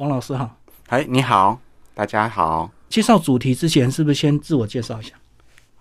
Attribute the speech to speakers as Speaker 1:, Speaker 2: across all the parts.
Speaker 1: 王老师好，
Speaker 2: 嗨，哎你好，大家好
Speaker 1: 介绍主题之前，是不是先自我介绍一下？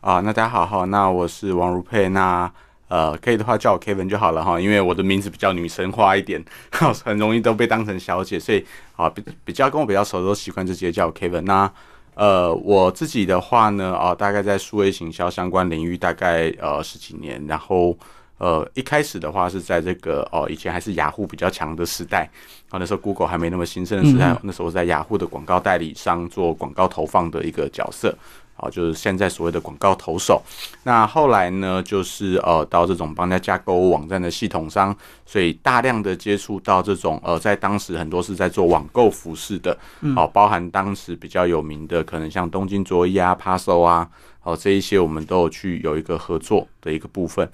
Speaker 2: 啊、那大家好哈，那我是王如佩，那呃，可以的话叫我 Kevin 就好了哈，因为我的名字比较女生化一点， 很容易都被当成小姐，所以啊，比比较跟我比较熟的都习惯就直接叫我 Kevin。那呃，我自己的话呢，啊、大概在数位行销相关领域大概呃十几年，然后。呃，一开始的话是在这个哦，以前还是雅虎比较强的时代，啊，那时候 Google 还没那么兴盛的时代，那时候我在雅虎的广告代理商做广告投放的一个角色，啊，就是现在所谓的广告投手。那后来呢，就是呃，到这种帮人家架购物网站的系统商，所以大量的接触到这种呃，在当时很多是在做网购服饰的，哦、包含当时比较有名的，可能像东京卓一啊、Paso 啊，哦、这一些我们都有去有一个合作的一个部分。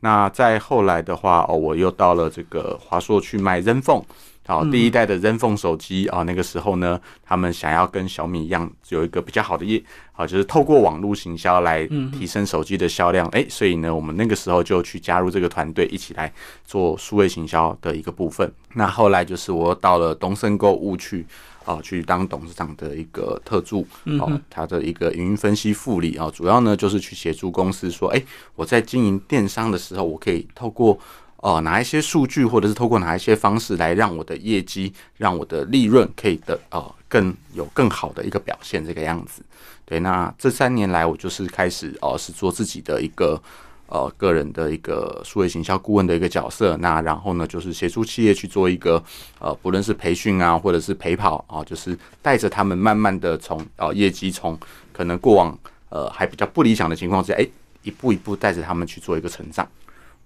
Speaker 2: 那再后来的话，哦，我又到了这个华硕去卖 ZenFone，好、第一代的 ZenFone 手机啊、那个时候呢，他们想要跟小米一样有一个比较好的业，啊、就是透过网络行销来提升手机的销量，诶，所以呢，我们那个时候就去加入这个团队，一起来做数位行销的一个部分。那后来就是我又到了东森购物去。哦，去当董事长的一个特助，哦，他的一个营运分析副理哦，主要呢就是去协助公司说，哎、我在经营电商的时候，我可以透过呃哪一些数据，或者是透过哪一些方式来让我的业绩、让我的利润可以的呃更有更好的一个表现，这个样子。对，那这三年来，我就是开始哦、呃是做自己的一个呃个人的一个数位行销顾问的一个角色。那然后呢，就是协助企业去做一个呃，不论是培训啊，或者是陪跑啊，就是带着他们慢慢的从呃业绩从可能过往呃还比较不理想的情况之下，哎、一步一步带着他们去做一个成长。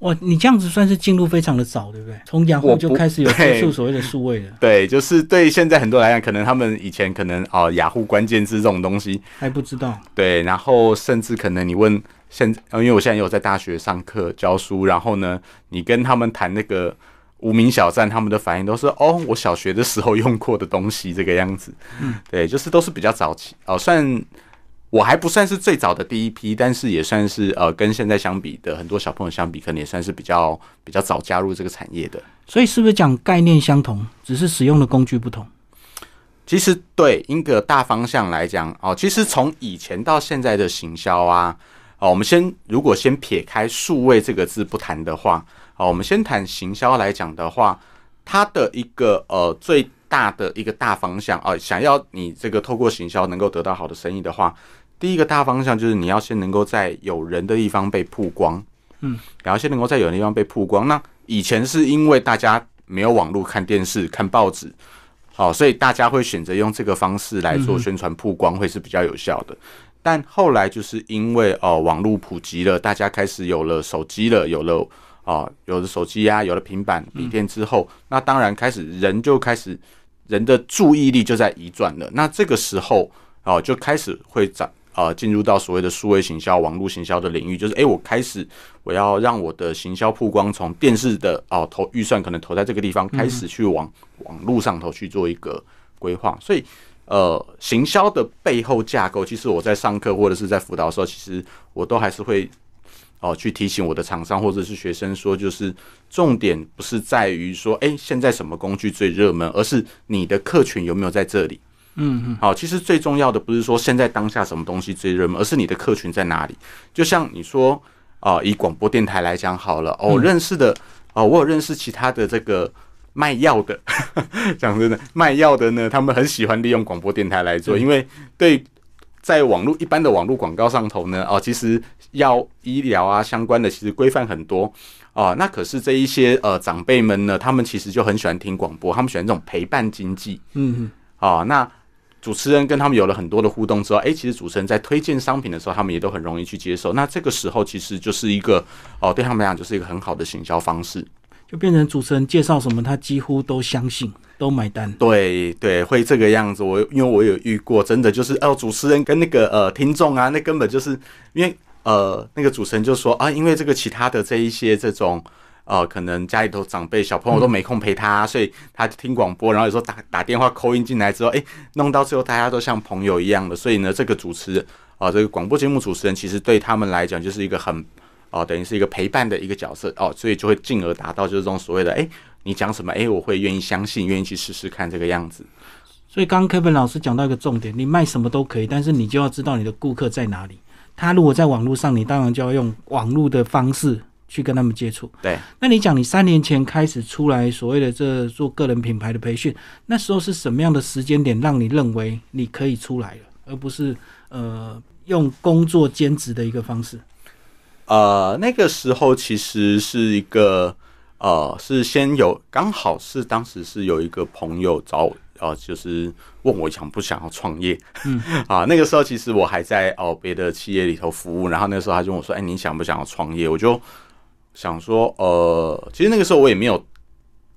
Speaker 1: 哇，你这样子算是进入非常的早，对不对？从雅虎
Speaker 2: 我
Speaker 1: 就
Speaker 2: 不
Speaker 1: 开始有接触
Speaker 2: 对
Speaker 1: 所谓的数位的，
Speaker 2: 对，就是对现在很多人来讲，可能他们以前可能哦、雅虎关键字这种东西，
Speaker 1: 还不知道。
Speaker 2: 对，然后甚至可能你问现，呃因为我现在也有在大学上课教书，然后呢，你跟他们谈那个无名小站，他们的反应都是哦，我小学的时候用过的东西这个样子，嗯，对，就是都是比较早期哦、算我还不算是最早的第一批，但是也算是呃，跟现在相比的很多小朋友相比，可能也算是比较比较早加入这个产业的。
Speaker 1: 所以是不是讲概念相同，只是使用的工具不同？
Speaker 2: 其实对一个大方向来讲，哦，其实从以前到现在的行销啊，哦，我们先如果先撇开数位这个字不谈的话，哦，我们先谈行销来讲的话，它的一个呃最大的一个大方向哦，想要你这个透过行销能够得到好的生意的话，第一个大方向就是你要先能够在有人的地方被曝光，
Speaker 1: 嗯，
Speaker 2: 然后先能够在有人的地方被曝光。那以前是因为大家没有网络看电视、看报纸，好、所以大家会选择用这个方式来做宣传曝光，会是比较有效的。但后来就是因为哦、呃网络普及了，大家开始有了手机了，有了哦、有了手机啊，有了平板、笔电之后，那当然开始人就开始人的注意力就在移转了。那这个时候哦、就开始会长呃进入到所谓的数位行销、网络行销的领域，就是诶、我开始我要让我的行销曝光从电视的哦、投预算可能投在这个地方，开始去往网络上头去做一个规划。所以呃，行销的背后架构，其实我在上课或者是在辅导的时候，其实我都还是会哦，去提醒我的厂商或者是学生说，就是重点不是在于说，哎、现在什么工具最热门，而是你的客群有没有在这里。嗯嗯，好，其实最重要的不是说现在当下什么东西最热门，而是你的客群在哪里。就像你说，啊、以广播电台来讲好了，哦，我
Speaker 1: 嗯
Speaker 2: 认识的，哦，我有认识其他的这个卖药的， 讲真的，卖药的呢，他们很喜欢利用广播电台来
Speaker 1: 嗯
Speaker 2: 做，因为对在网络一般的网络广告上头呢，哦，其实药医疗啊相关的其实规范很多哦。那可是这一些呃长辈们呢，他们其实就很喜欢听广播，他们喜欢这种陪伴经济
Speaker 1: 嗯，
Speaker 2: 哦。那主持人跟他们有了很多的互动之后，诶，其实主持人在推荐商品的时候，他们也都很容易去接受。那这个时候其实就是一个哦，对他们来讲就是一个很好的行销方式。
Speaker 1: 就变成主持人介绍什么，他几乎都相信，都买单。
Speaker 2: 对对，会这个样子。我因为我有遇过，真的就是哦，主持人跟那个呃听众啊，那根本就是因为呃那个主持人就说啊，因为这个其他的这一些这种。呃，可能家里头长辈小朋友都没空陪他，所以他就听广播，然后有时候打打电话扣音进来之后，哎、弄到最后大家都像朋友一样的。所以呢，这个主持人啊、这个广播节目主持人，其实对他们来讲就是一个很哦、等于是一个陪伴的一个角色哦，所以就会进而达到就是这种所谓的哎、你讲什么哎、我会愿意相信，愿意去试试看这个样子。
Speaker 1: 所以刚刚 Kevin 老师讲到一个重点，你卖什么都可以，但是你就要知道你的顾客在哪里。他如果在网络上，你当然就要用网络的方式去跟他们接触。
Speaker 2: 对，
Speaker 1: 那你讲你三年前开始出来所谓的这做个人品牌的培训，那时候是什么样的时间点让你认为你可以出来了，而不是呃用工作兼职的一个方式？
Speaker 2: 呃，那个时候其实是一个呃，是先有刚好是当时是有一个朋友找我，呃，就是问我想不想要创业，嗯 啊，那个时候其实我还在哦别的企业里头服务，然后那个时候他就问我说，哎、你想不想要创业？我就想说，呃，其实那个时候我也没有。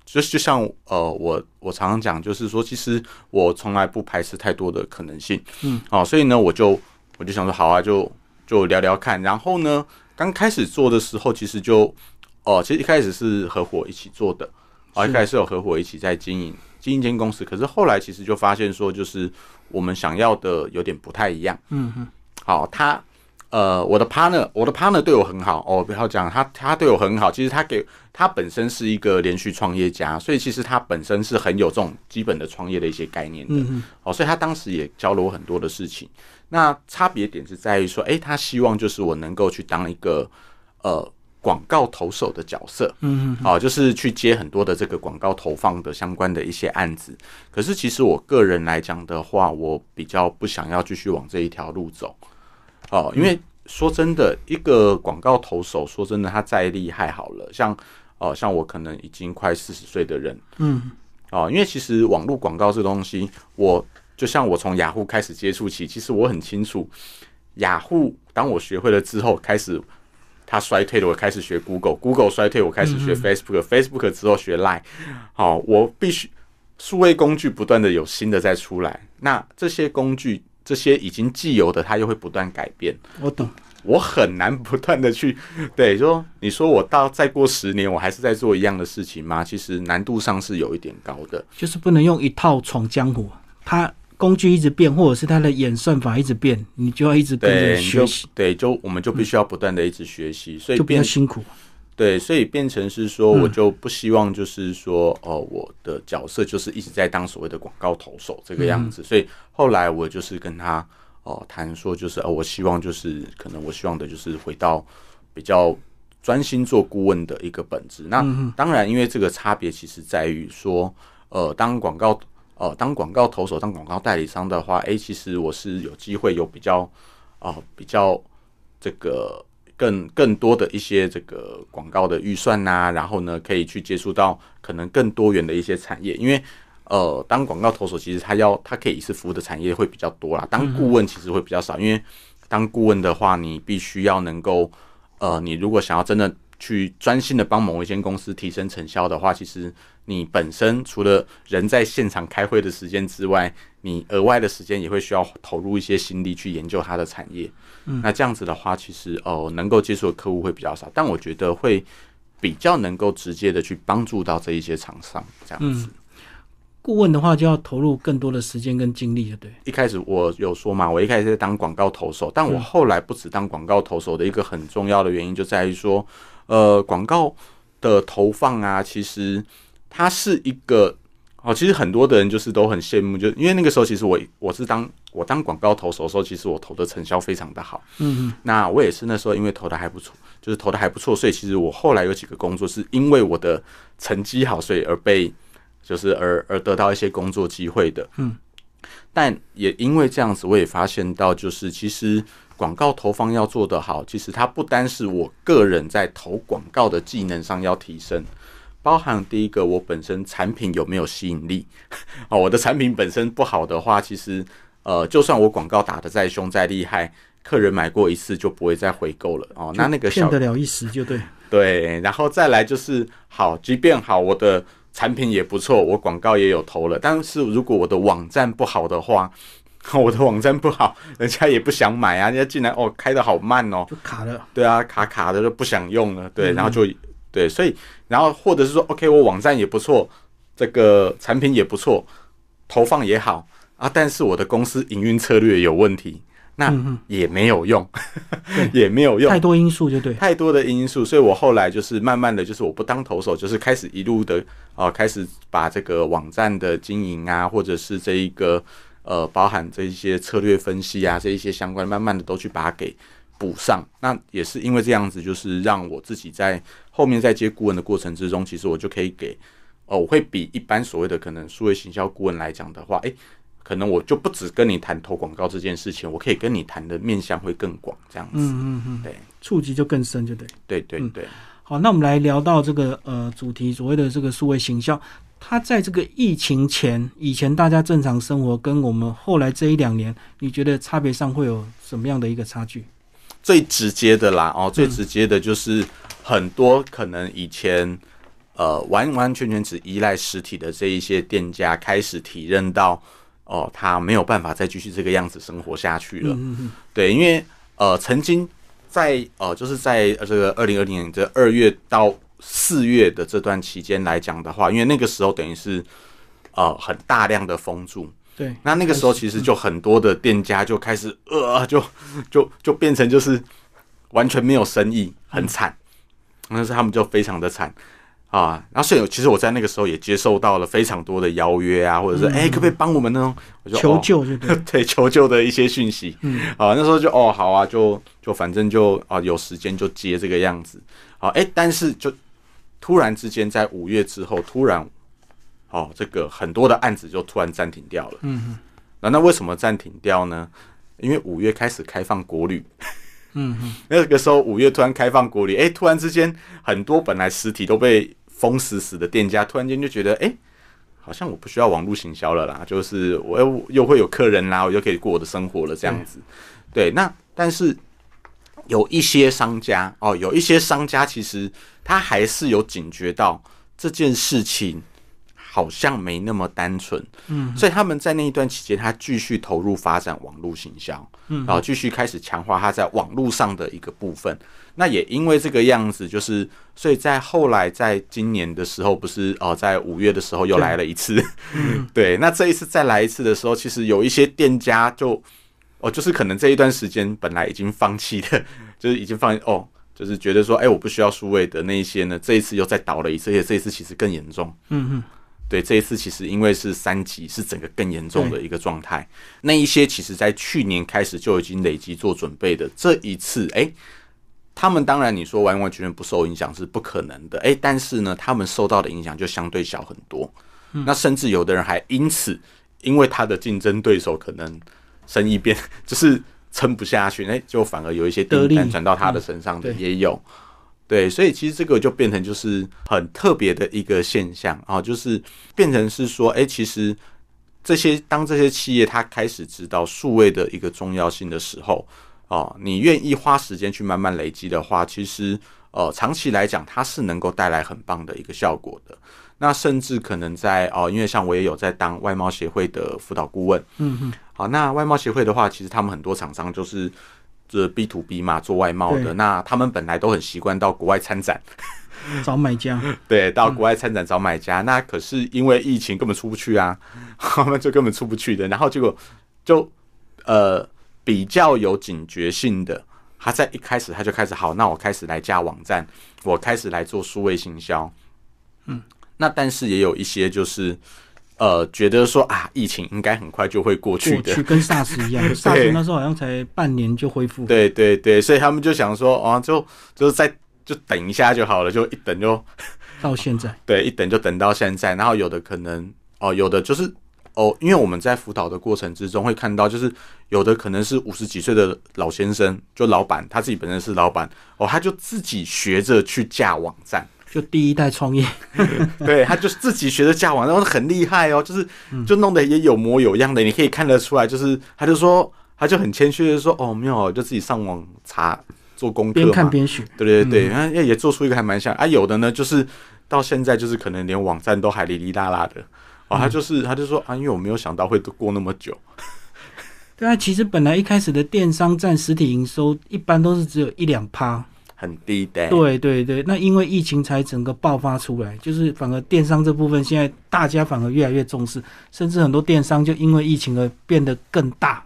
Speaker 2: 就就像呃，我我常常讲，就是说，其实我从来不排斥太多的可能性，嗯，哦、所以呢，我就我就想说，好啊，就就聊聊看。然后呢，刚开始做的时候，其实就哦、其实一开始是合伙一起做的，啊、一开始有合伙一起在经营经营一间公司，可是后来其实就发现说，就是我们想要的有点不太一样。
Speaker 1: 嗯哼，
Speaker 2: 好，他呃，我的 partner，我的 partner 对我很好哦，不要讲他，他对我很好。其实他给他本身是一个连续创业家，所以其实他本身是很有这种基本的创业的一些概念的。
Speaker 1: 嗯哼，
Speaker 2: 哦，所以他当时也教了我很多的事情。那差别点是在于说，诶，他希望就是我能够去当一个呃广告投手的角色，
Speaker 1: 嗯
Speaker 2: 好、就是去接很多的这个广告投放的相关的一些案子。可是其实我个人来讲的话，我比较不想要继续往这一条路走，哦，因为说真的，一个广告投手，说真的，他再厉害好了，像哦、像我可能已经快四十岁的人，
Speaker 1: 嗯，
Speaker 2: 哦，因为其实网络广告这东西，我就像我从雅虎开始接触起，其实我很清楚，雅虎当我学会了之后，开始它衰退了，我开始学 Google，Google 衰退，我开始学 Facebook，Facebook、之后学 Line，好、我必须数位工具不断的有新的在出来，那这些工具，这些已经既有的，它又会不断改变。
Speaker 1: 我懂。
Speaker 2: 我很难不断的去，对，就你说我到再过十年，我还是在做一样的事情吗？其实难度上是有一点高的。
Speaker 1: 就是不能用一套闯江湖，它工具一直变，或者是它的演算法一直变，你就要一直跟
Speaker 2: 对，
Speaker 1: 着
Speaker 2: 你就
Speaker 1: 学习，
Speaker 2: 对，就我们就必须要不断的一直学习，所以
Speaker 1: 就比较
Speaker 2: 变
Speaker 1: 辛苦。
Speaker 2: 对，所以变成是说，我就不希望就是说，哦，我的角色就是一直在当所谓的广告投手这个样子，所以后来我就是跟他哦谈说，就是哦，我希望就是可能我希望的就是回到比较专心做顾问的一个本质。那当然，因为这个差别其实在于说，呃，当广告呃当广告投手、当广告代理商的话，诶、其实我是有机会有比较啊、比较这个更更多的一些这个广告的预算呐、然后呢，可以去接触到可能更多元的一些产业，因为。呃，当广告投手，其实他要他可以一次服务的产业会比较多啦。当顾问其实会比较少，因为当顾问的话，你必须要能够，呃，你如果想要真的去专心的帮某一间公司提升成效的话，其实你本身除了人在现场开会的时间之外，你额外的时间也会需要投入一些心力去研究它的产业。嗯，那这样子的话，其实哦、呃能够接触的客户会比较少，但我觉得会比较能够直接的去帮助到这一些厂商这样子。
Speaker 1: 顾问的话，就要投入更多的时间跟精力，就对。
Speaker 2: 一开始我有说嘛，我一开始是当广告投手，但我后来不止当广告投手的一个很重要的原因就在于说，呃，广告的投放啊，其实它是一个哦，其实很多的人就是都很羡慕，就因为那个时候其实我我是当我当广告投手的时候，其实我投的成效非常的好，
Speaker 1: 嗯
Speaker 2: 那我也是那时候因为投的还不错，就是投的还不错，所以其实我后来有几个工作是因为我的成绩好，所以而被就是而而得到一些工作机会的。
Speaker 1: 嗯，
Speaker 2: 但也因为这样子，我也发现到，就是其实广告投放要做得好，其实它不单是我个人在投广告的技能上要提升。包含第一个，我本身产品有没有吸引力？ 哦，我的产品本身不好的话，其实呃，就算我广告打得再凶再厉害，客人买过一次就不会再回购了哦。
Speaker 1: 哼，
Speaker 2: 那那个
Speaker 1: 就骗
Speaker 2: 小
Speaker 1: 得了一时，就对。
Speaker 2: 对，然后再来就是好，即便好，我的产品也不错，我广告也有投了，但是如果我的网站不好的话， 我的网站不好，人家也不想买啊，人家进来哦，开的好慢哦，
Speaker 1: 就卡了。
Speaker 2: 对啊，卡卡的就不想用了，对，然后
Speaker 1: 嗯
Speaker 2: 就对，所以然后或者是说，OK，我网站也不错，这个产品也不错，投放也好啊，但是我的公司营运策略有问题，那
Speaker 1: 嗯哼
Speaker 2: 也没有用， 也没有用
Speaker 1: 太，多因素就对，
Speaker 2: 太多的因素，所以我后来就是慢慢的就是我不当投手，就是开始一路的啊、呃开始把这个网站的经营啊，或者是这一个呃，包含这一些策略分析啊，这一些相关，慢慢的都去把它给补上。那也是因为这样子，就是让我自己在后面在接顾问的过程之中，其实我就可以给哦，我会比一般所谓的可能数位行销顾问来讲的话，诶、可能我就不只跟你谈投广告这件事情，我可以跟你谈的面向会更广，这样子。
Speaker 1: 嗯嗯嗯，
Speaker 2: 对
Speaker 1: 触及就更深就对。
Speaker 2: 对对
Speaker 1: 嗯
Speaker 2: 对。
Speaker 1: 好，那我们来聊到这个呃主题，所谓的这个数位行销，它在这个疫情前，以前大家正常生活，跟我们后来这一两年，你觉得差别上会有什么样的一个差距？
Speaker 2: 最直接的啦，哦，最直接的就是很多可能以前呃完完全全只依赖实体的这一些店家，开始体认到哦，他没有办法再继续这个样子生活下去了。
Speaker 1: 嗯嗯
Speaker 2: 对，因为呃，曾经在呃，就是在呃这个二零二零年的二月到四月的这段期间来讲的话，因为那个时候等于是呃很大量的封住，
Speaker 1: 对，
Speaker 2: 那那个时候其实就很多的店家就开始呃，就就就变成就是完全没有生意，很惨。但是他们就非常的惨啊。然后所以其实我在那个时候也接受到了非常多的邀约啊，或者是哎、可不可以帮我们那种我就
Speaker 1: 嗯求
Speaker 2: 哦
Speaker 1: 救就对。
Speaker 2: 对求救的一些讯息。
Speaker 1: 嗯
Speaker 2: 啊，那时候就哦好啊，就就反正就啊有时间就接这个样子。好、哎、但是就突然之间在五月之后，突然哦这个很多的案子就突然暂停掉了。
Speaker 1: 嗯嗯
Speaker 2: 那那为什么暂停掉呢？因为五月开始开放国旅，
Speaker 1: 嗯嗯，
Speaker 2: 那个时候五月突然开放国旅，哎、突然之间很多本来实体都被封死死的店家，突然间就觉得，哎、好像我不需要网络行销了啦，就是我又又会有客人啦，我又可以过我的生活了这样子。对，那但是有一些商家哦，有一些商家其实他还是有警觉到这件事情好像没那么单纯，
Speaker 1: 嗯，
Speaker 2: 所以他们在那一段期间，他继续投入发展网络行销，嗯，然后继续开始强化他在网络上的一个部分。那也因为这个样子，就是所以在后来，在今年的时候，不是哦、呃在五月的时候又来了一次， 对，那这一次再来一次的时候，其实有一些店家就哦，就是可能这一段时间本来已经放弃的， 就是已经放哦，就是觉得说，哎、我不需要数位的那一些呢，这一次又再倒了一次，而且这一次其实更严重。
Speaker 1: 嗯嗯，
Speaker 2: 对，这一次其实因为是三级，是整个更严重的一个状态。那一些其实在去年开始就已经累积做准备的，这一次，哎、他们当然你说完完全全不受影响是不可能的，哎、但是呢，他们受到的影响就相对小很多。那甚至有的人还因此，因为他的竞争对手可能生意变， 就是撑不下去，哎、就反而有一些订
Speaker 1: 得
Speaker 2: 单
Speaker 1: 利
Speaker 2: 转到他的身上的
Speaker 1: 嗯对
Speaker 2: 也有。对，所以其实这个就变成就是很特别的一个现象啊，就是变成是说，哎、其实这些当这些企业它开始知道数位的一个重要性的时候，哦，你愿意花时间去慢慢累积的话，其实呃，长期来讲它是能够带来很棒的一个效果的。那甚至可能在哦、因为像我也有在当外贸协会的辅导顾问，
Speaker 1: 嗯嗯，
Speaker 2: 好，那外贸协会的话，其实他们很多厂商就是这 B to B 嘛，做外贸
Speaker 1: 对
Speaker 2: 的，那他们本来都很习惯到国外参展，
Speaker 1: 找买家，
Speaker 2: 对，到国外参展找买
Speaker 1: 嗯
Speaker 2: 家，那可是因为疫情根本出不去啊， 他们就根本出不去的。然后结果就呃比较有警觉性的，他在一开始他就开始好，那我开始来架网站，我开始来做数位行销。嗯，那但是也有一些就是呃觉得说啊，疫情应该很快就会过去
Speaker 1: 过
Speaker 2: 的，
Speaker 1: 去跟 SARS 一 样，SARS 那时候好像才半年就恢复。
Speaker 2: 对对对，所以他们就想说啊，就就是再就等一下就好了，就一等就
Speaker 1: 到现在，
Speaker 2: 对，一等就等到现在。然后有的可能哦，有的就是哦，因为我们在辅导的过程之中会看到，就是有的可能是五十几岁的老先生，就老板，他自己本身是老板哦，他就自己学着去架网站，
Speaker 1: 就第一代创业，
Speaker 2: 对，他就是自己学着架网站，然后很厉害哦，就是
Speaker 1: 嗯
Speaker 2: 就弄得也有模有样的，你可以看得出来，就是他就说。他就很谦虚的说：“哦，没有，就自己上网查做功课
Speaker 1: 边
Speaker 2: 嘛。”
Speaker 1: 看边学。
Speaker 2: 对对对，然后也也做出一个还蛮像啊，有的呢就是到现在就是可能连网站都还哩哩啦啦的哦，他就是他就说啊，因为我没有想到会过那么久，
Speaker 1: 对啊，其实本来一开始的电商占实体营收一般都是只有一两趴，
Speaker 2: 很低的，
Speaker 1: 对对对，那因为疫情才整个爆发出来，就是反而电商这部分现在大家反而越来越重视，甚至很多电商就因为疫情而变得更大。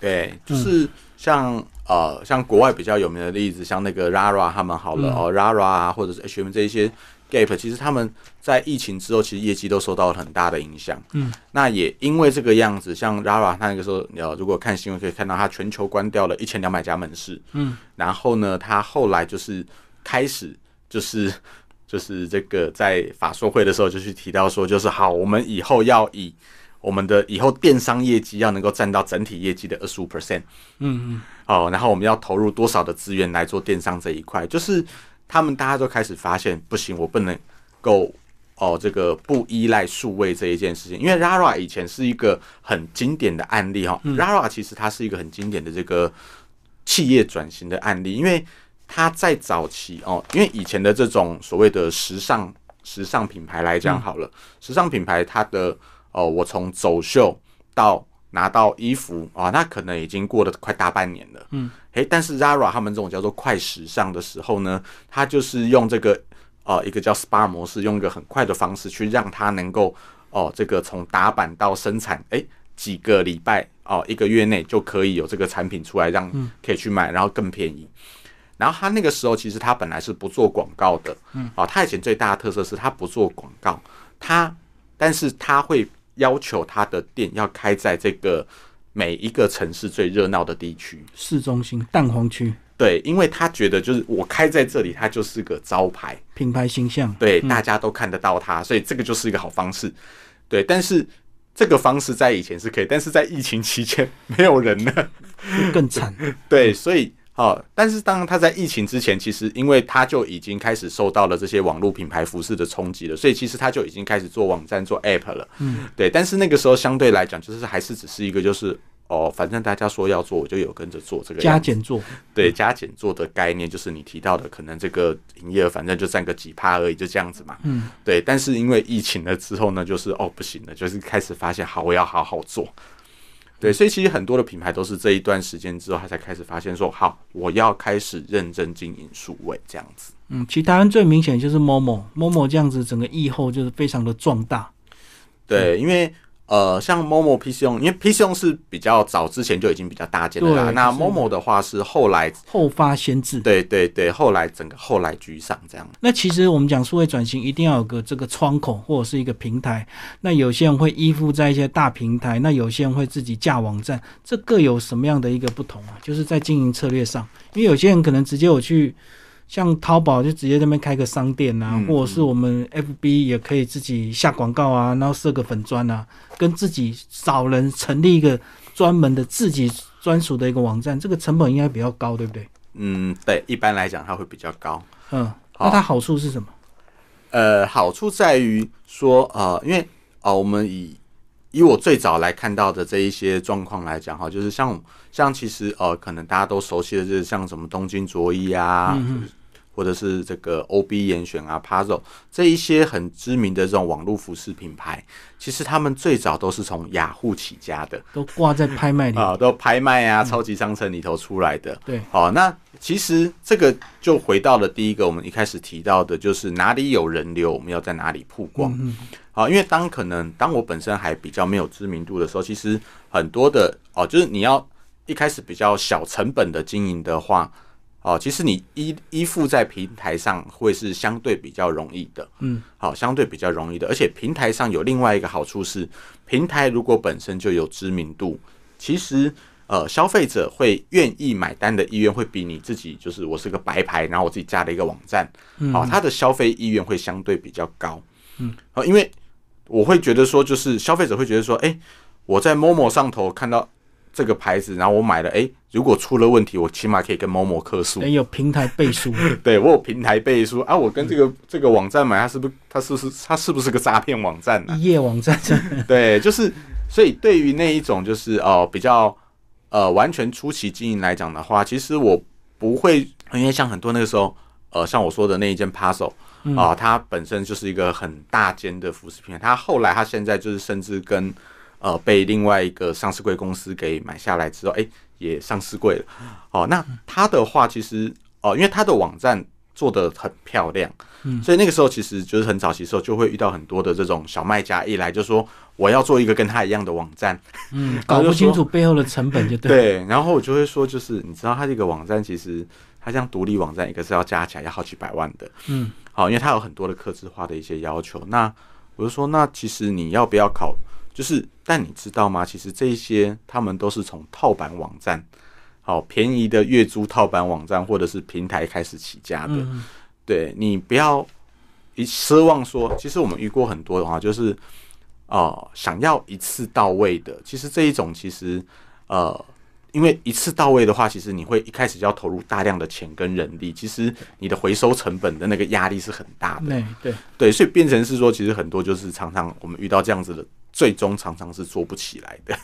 Speaker 2: 对，就是像、呃，像国外比较有名的例子，像那个 Rara 他们好了、哦，Rara 啊，或者是 H&M 这一些 Gap，其实他们在疫情之后，其实业绩都受到了很大的影响。
Speaker 1: 嗯，
Speaker 2: 那也因为这个样子，像 Rara 他那个时候，呃，如果看新闻可以看到，他全球关掉了一千两百家门市。
Speaker 1: 嗯，
Speaker 2: 然后呢，他后来就是开始就是。就是这个在法说会的时候就去提到说，就是好，我们以后要以我们的以后电商业绩要能够占到整体业绩的二十五 percent，
Speaker 1: 嗯
Speaker 2: 哦，然后我们要投入多少的资源来做电商这一块？就是他们大家都开始发现，不行，我不能够哦，这个不依赖数位这一件事情，因为 Rara 以前是一个很经典的案例哈、哦 r a r a 其实它是一个很经典的这个企业转型的案例，因为它在早期哦，因为以前的这种所谓的时尚时尚品牌来讲好了，时尚品牌它的哦，我从走秀到拿到衣服啊、哦，那可能已经过了快大半年了。
Speaker 1: 嗯，
Speaker 2: 诶，但是 Zara 他们这种叫做快时尚的时候呢，它就是用这个呃一个叫 SPA 模式，用一个很快的方式去让它能够哦、这个从打版到生产，诶，几个礼拜哦、一个月内就可以有这个产品出来，让可以去买，然后更便宜。然后他那个时候其实他本来是不做广告的，嗯，啊，他以前最大的特色是他不做广告，他但是他会要求他的店要开在这个每一个城市最热闹的地区，
Speaker 1: 嗯，市中心蛋黄区
Speaker 2: 对，因为他觉得就是我开在这里，它就是个招牌，
Speaker 1: 品牌形 象，
Speaker 2: 对，大家都看得到它，所以这个就是一个好方式，对，但是。这个方式在以前是可以，但是在疫情期间没有人了，
Speaker 1: 更惨。
Speaker 2: 对，所以哦，但是当然他在疫情之前，其实因为他就已经开始受到了这些网络品牌服饰的冲击了，所以其实他就已经开始做网站、做 App 了。嗯，对。但是那个时候相对来讲，就是还是只是一个就是哦，反正大家说要做，我就有跟着做这个
Speaker 1: 加
Speaker 2: 样子。
Speaker 1: 减做，
Speaker 2: 对加减做的概念，就是你提到的，可能这个营业额反正就占个几趴而已，就这样子嘛。
Speaker 1: 嗯，
Speaker 2: 对。但是因为疫情了之后呢，就是哦不行了，就是开始发现好，我要好好做。
Speaker 1: 嗯
Speaker 2: 对，所以其实很多的品牌都是这一段时间之后，他才开始发现说，好，我要开始认真经营数位这样子。
Speaker 1: 嗯，其他人最明显就是 MOMO，MOMO 这样子整个疫后就是非常的壮大，嗯
Speaker 2: 对，因为呃，像 Momo PC 用，因为 PC 用是比较早之前就已经比较搭建的啦。
Speaker 1: 对
Speaker 2: 那
Speaker 1: 就是
Speaker 2: Momo 的话是后来，
Speaker 1: 后发先至。
Speaker 2: 对对对，后来整个后来居上这样。
Speaker 1: 那其实我们讲数位转型，一定要有个这个窗口或者是一个平台。那有些人会依附在一些大平台，那有些人会自己架网站，这各有什么样的一个不同啊？就是在经营策略上，因为有些人可能直接我去。像淘宝就直接在那边开个商店啊，
Speaker 2: 嗯
Speaker 1: 或者是我们 FB 也可以自己下广告啊，然后设个粉砖啊，跟自己找人成立一个专门的自己专属的一个网站，这个成本应该比较高，对不对？
Speaker 2: 嗯，对，一般来讲它会比较高。
Speaker 1: 嗯，
Speaker 2: 好
Speaker 1: 那它好处是什么？
Speaker 2: 呃，好处在于说，呃，因为啊、呃我们以以我最早来看到的这一些状况来讲哈，就是像像其实呃，可能大家都熟悉的就是像什么东京卓一啊，或者是这个 OB 严选啊、Puzzle 这一些很知名的这种网络服饰品牌，其实他们最早都是从雅虎起家的。
Speaker 1: 都挂在拍卖里。嗯
Speaker 2: 啊、都拍卖啊，超级商城里头出来的。
Speaker 1: 对，
Speaker 2: 好、那其实这个就回到了第一个我们一开始提到的，就是哪里有人流，我们要在哪里曝光。
Speaker 1: 嗯
Speaker 2: 好、因为当可能当我本身还比较没有知名度的时候，其实很多的哦、就是你要一开始比较小成本的经营的话，哦、其实你依依附在平台上会是相对比较容易的。
Speaker 1: 嗯，
Speaker 2: 好，相对比较容易的，而且平台上有另外一个好处是，平台如果本身就有知名度，其实呃消费者会愿意买单的意愿会比你自己就是我是个白牌，然后我自己架了一个网站，好、他的消费意愿会相对比较高，嗯，好，因为我会觉得说，就是消费者会觉得说，哎、我在 Momo 上头看到这个牌子，然后我买了，哎、如果出了问题，我起码可以跟 Momo 客诉，
Speaker 1: 哎也有平台背书。
Speaker 2: 对我有平台背书啊，我跟这个这个网站买，它是不是它是不是它是不是个诈骗网站呢、
Speaker 1: 一页网站，
Speaker 2: 对，就是所以对于那一种就是哦、呃比较呃完全初期经营来讲的话，其实我不会，因为像很多那个时候呃像我说的那一件 Puzzle
Speaker 1: 嗯
Speaker 2: 啊、它本身就是一个很大间的服饰品牌，它后来它现在就是甚至跟呃被另外一个上市贵公司给买下来之呃后，哎、也上市贵了。哦，那它的话其实哦、因为它的网站做的很漂亮。
Speaker 1: 嗯
Speaker 2: 所以那个时候其实就是很早期的时候，就会遇到很多的这种小卖家，一来就说我要做一个跟他一样的网站，
Speaker 1: 嗯，
Speaker 2: 然
Speaker 1: 搞
Speaker 2: 后就
Speaker 1: 不清
Speaker 2: 说
Speaker 1: 楚背后的成本就对了。
Speaker 2: 对，然后我就会说，就是你知道，它这个网站其实它像独立网站，一个是要加起来要好几百万的，
Speaker 1: 嗯，
Speaker 2: 好，因为它有很多的客制化的一些要求。那我就说，那其实你要不要考？就是，但你知道吗？其实这一些他们都是从套版网站，好便宜的月租套版网站或者是平台开始起家的。
Speaker 1: 嗯，
Speaker 2: 对你不要一奢望说，其实我们遇过很多的话，就是呃想要一次到位的，其实这一种其实呃。因为一次到位的话，其实你会一开始就要投入大量的钱跟人力，其实你的回收成本的那个压力是很大的。
Speaker 1: 对对，
Speaker 2: 对，所以变成是说，其实很多就是常常我们遇到这样子的，最终常常是做不起来的。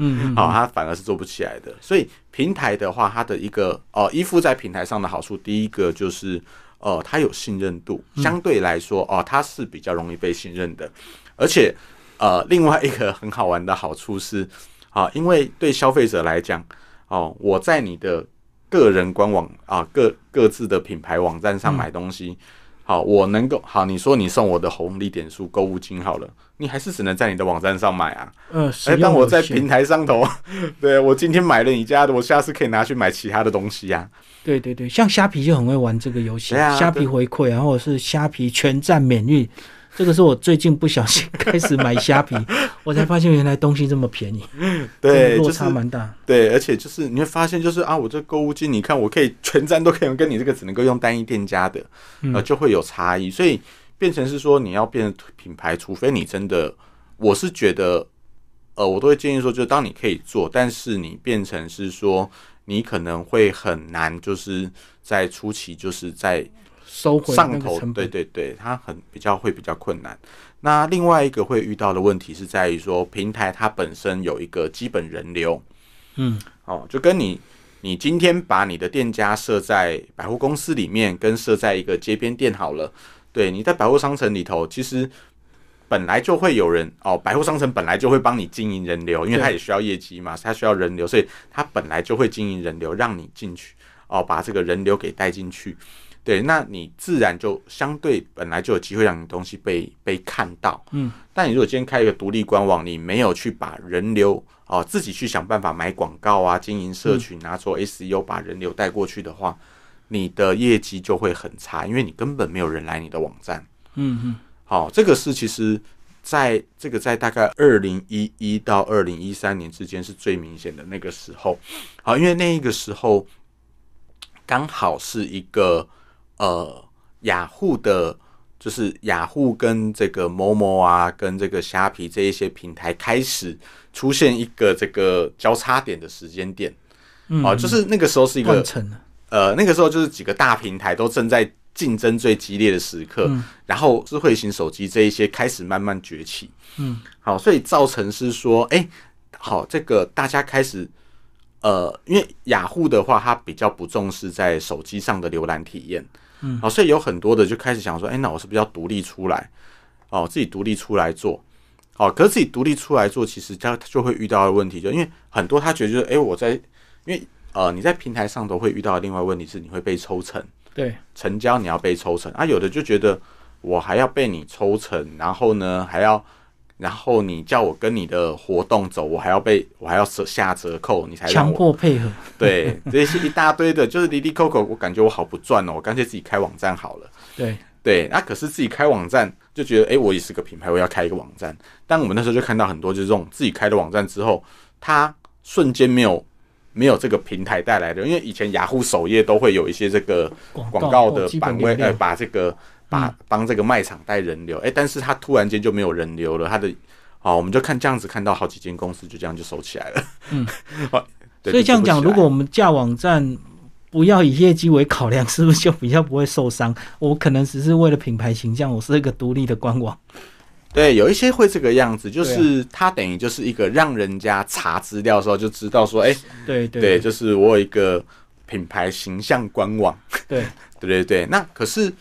Speaker 1: 嗯，嗯
Speaker 2: 好、它反而是做不起来的。所以平台的话，它的一个呃依附在平台上的好处，第一个就是呃它有信任度，
Speaker 1: 嗯
Speaker 2: 相对来说哦、它是比较容易被信任的，而且呃另外一个很好玩的好处是啊、因为对消费者来讲哦、我在你的个人官网啊、各各自的品牌网站
Speaker 1: 嗯
Speaker 2: 上买东西。好，我能够好，你说你送我的红利点数购物金好了，你还是只能在你的网站上买啊。
Speaker 1: 呃，
Speaker 2: 哎、
Speaker 1: 使
Speaker 2: 但
Speaker 1: 用
Speaker 2: 我
Speaker 1: 有
Speaker 2: 在
Speaker 1: 限
Speaker 2: 平台上头， 对我今天买了你家的，我下次可以拿去买其他的东西啊呀、
Speaker 1: 对对对，像虾皮就很会玩这个游戏，
Speaker 2: 对啊
Speaker 1: 虾皮回馈，然后是虾皮全站免运。这个是我最近不小心开始买虾 皮，我才发现原来东西这么便宜，真的
Speaker 2: 对，
Speaker 1: 落
Speaker 2: 就是
Speaker 1: 差蛮大。
Speaker 2: 对，而且就是你会发现，就是啊，我这购物金，你看我可以全站都可以用，跟你这个只能够用单一店家的，
Speaker 1: 嗯
Speaker 2: 呃，就会有差异，所以变成是说你要变品牌，除非你真的，我是觉得，呃，我都会建议说，就是当你可以做，但是你变成是说，你可能会很难，就是在初期，就是在
Speaker 1: 收回那
Speaker 2: 上
Speaker 1: 个
Speaker 2: 头，
Speaker 1: 成
Speaker 2: 对
Speaker 1: 本，
Speaker 2: 对对，它很比较会比较困难。那另外一个会遇到的问题是在于说，平台它本身有一个基本人流，
Speaker 1: 嗯，
Speaker 2: 哦，就跟你你今天把你的店家设在百货公司里面，跟设在一个街边店好了，对，你在百货商城里头，其实本来就会有人哦，百货商城本来就会帮你经营人流，因为
Speaker 1: 对
Speaker 2: 它也需要业绩嘛，它需要人流，所以它本来就会经营人流，让你进去哦，把这个人流给带进去。对，那你自然就相对本来就有机会让你的东西被被看到，
Speaker 1: 嗯，
Speaker 2: 但你如果今天开一个独立官网，你没有去把人流哦、自己去想办法买广告啊、经营社群啊、做 SEO 把人流带过去的话，你的业绩就会很差，因为你根本没有人来你的网站。
Speaker 1: 嗯嗯，
Speaker 2: 好、这个是其实在这个在大概二零一一到二零一三年之间是最明显的那个时候。好，因为那一个时候刚好是一个呃雅虎的，就是雅虎跟这个某某啊，跟这个虾皮这一些平台开始出现一个这个交叉点的时间点。
Speaker 1: 嗯
Speaker 2: 哦，就是那个时候是一个
Speaker 1: 断层了，
Speaker 2: 呃，那个时候就是几个大平台都正在竞争最激烈的时刻，然后智慧型手机这一些开始慢慢崛起。
Speaker 1: 嗯，
Speaker 2: 好，所以造成是说，哎、好，这个大家开始。呃，因为雅虎的话，它比较不重视在手机上的浏览体验，嗯，好、所以有很多的就开始想说，哎、那我是不是要独立出来？哦，自己独立出来做，哦，可是自己独立出来做，其实他他就会遇到的问题，就因为很多他觉得就是，哎、我在，因为呃，你在平台上都会遇到的另外问题是，你会被抽成，
Speaker 1: 对，
Speaker 2: 成交你要被抽成啊，有的就觉得我还要被你抽成，然后呢还要，然后你叫我跟你的活动走，我还要被我还要折下折扣，你才让
Speaker 1: 强
Speaker 2: 我
Speaker 1: 迫配合，
Speaker 2: 对这些一大堆的，就是滴滴扣扣，我感觉我好不赚哦，我干脆自己开网站好了。
Speaker 1: 对，
Speaker 2: 对，那、可是自己开网站就觉得，诶，我也是个品牌，我要开一个网站。但我们那时候就看到很多就是这种自己开的网站之后，它瞬间没有没有这个平台带来的，因为以前雅虎首页都会有一些这个
Speaker 1: 广
Speaker 2: 广告的
Speaker 1: 基
Speaker 2: 版
Speaker 1: 本
Speaker 2: 位，
Speaker 1: 流
Speaker 2: 呃，
Speaker 1: 量，
Speaker 2: 把这个把帮这个卖场带人流，诶，但是它突然间就没有人流了，它的。好，我们就看这样子，看到好几间公司就这样就收起来了。
Speaker 1: 嗯
Speaker 2: 好，对
Speaker 1: 所以
Speaker 2: 就
Speaker 1: 这样
Speaker 2: 做不
Speaker 1: 讲，
Speaker 2: 起来
Speaker 1: 如果我们架网站。不要以业绩为考量，是不是就比较不会受伤？我可能只是为了品牌形象，我是一个独立的官网。
Speaker 2: 对，有一些会这个样子，就
Speaker 1: 对啊
Speaker 2: 是它等于就是一个让人家查资料的时候就知道说，诶。
Speaker 1: 对对
Speaker 2: 对，就是我有一个品牌形象官网，
Speaker 1: 对，
Speaker 2: 对对对。那可是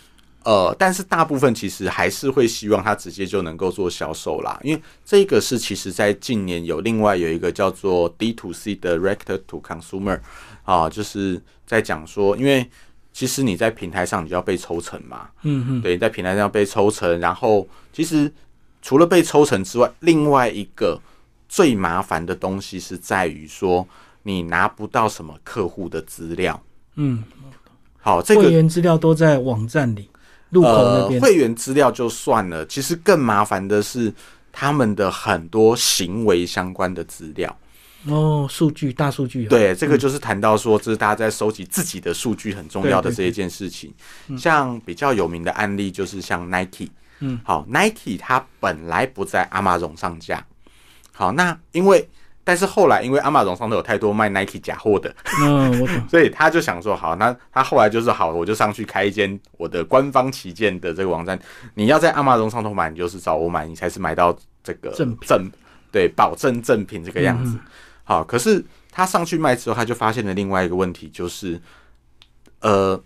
Speaker 2: 呃，但是大部分其实还是会希望它直接就能够做销售啦，因为这个是其实在近年有另外有一个叫做 D to C 的 Direct to Consumer 啊，就是在讲说，因为其实你在平台上你就要被抽成嘛，
Speaker 1: 嗯嗯，
Speaker 2: 对，你在平台上被抽成，然后其实除了被抽成之外，另外一个最麻烦的东西是在于说你拿不到什么客户的资料。
Speaker 1: 嗯，
Speaker 2: 好，这个
Speaker 1: 会员资料都在网站里入口那边
Speaker 2: 呃、，会员资料就算了，其实更麻烦的是他们的很多行为相关的资料。
Speaker 1: 哦，数据大数据啊，
Speaker 2: 对，这个就是谈到说，这是大家在收集自己的数据很重要的这一件事情。像比较有名的案例就是像 Nike，
Speaker 1: 嗯，
Speaker 2: 好，Nike 它本来不在 Amazon 上架，好，那因为但是后来因为 Amazon 上头有太多卖 Nike 假货的，
Speaker 1: 嗯， 我懂，
Speaker 2: 所以他就想说，好，那他后来就是好，我就上去开一间我的官方旗舰的这个网站。你要在 Amazon 上头买，你就是找我买，你才是买到这个
Speaker 1: 正品嗯
Speaker 2: 正对保证正品这个样子。好，可是他上去卖之后，他就发现了另外一个问题，就是呃，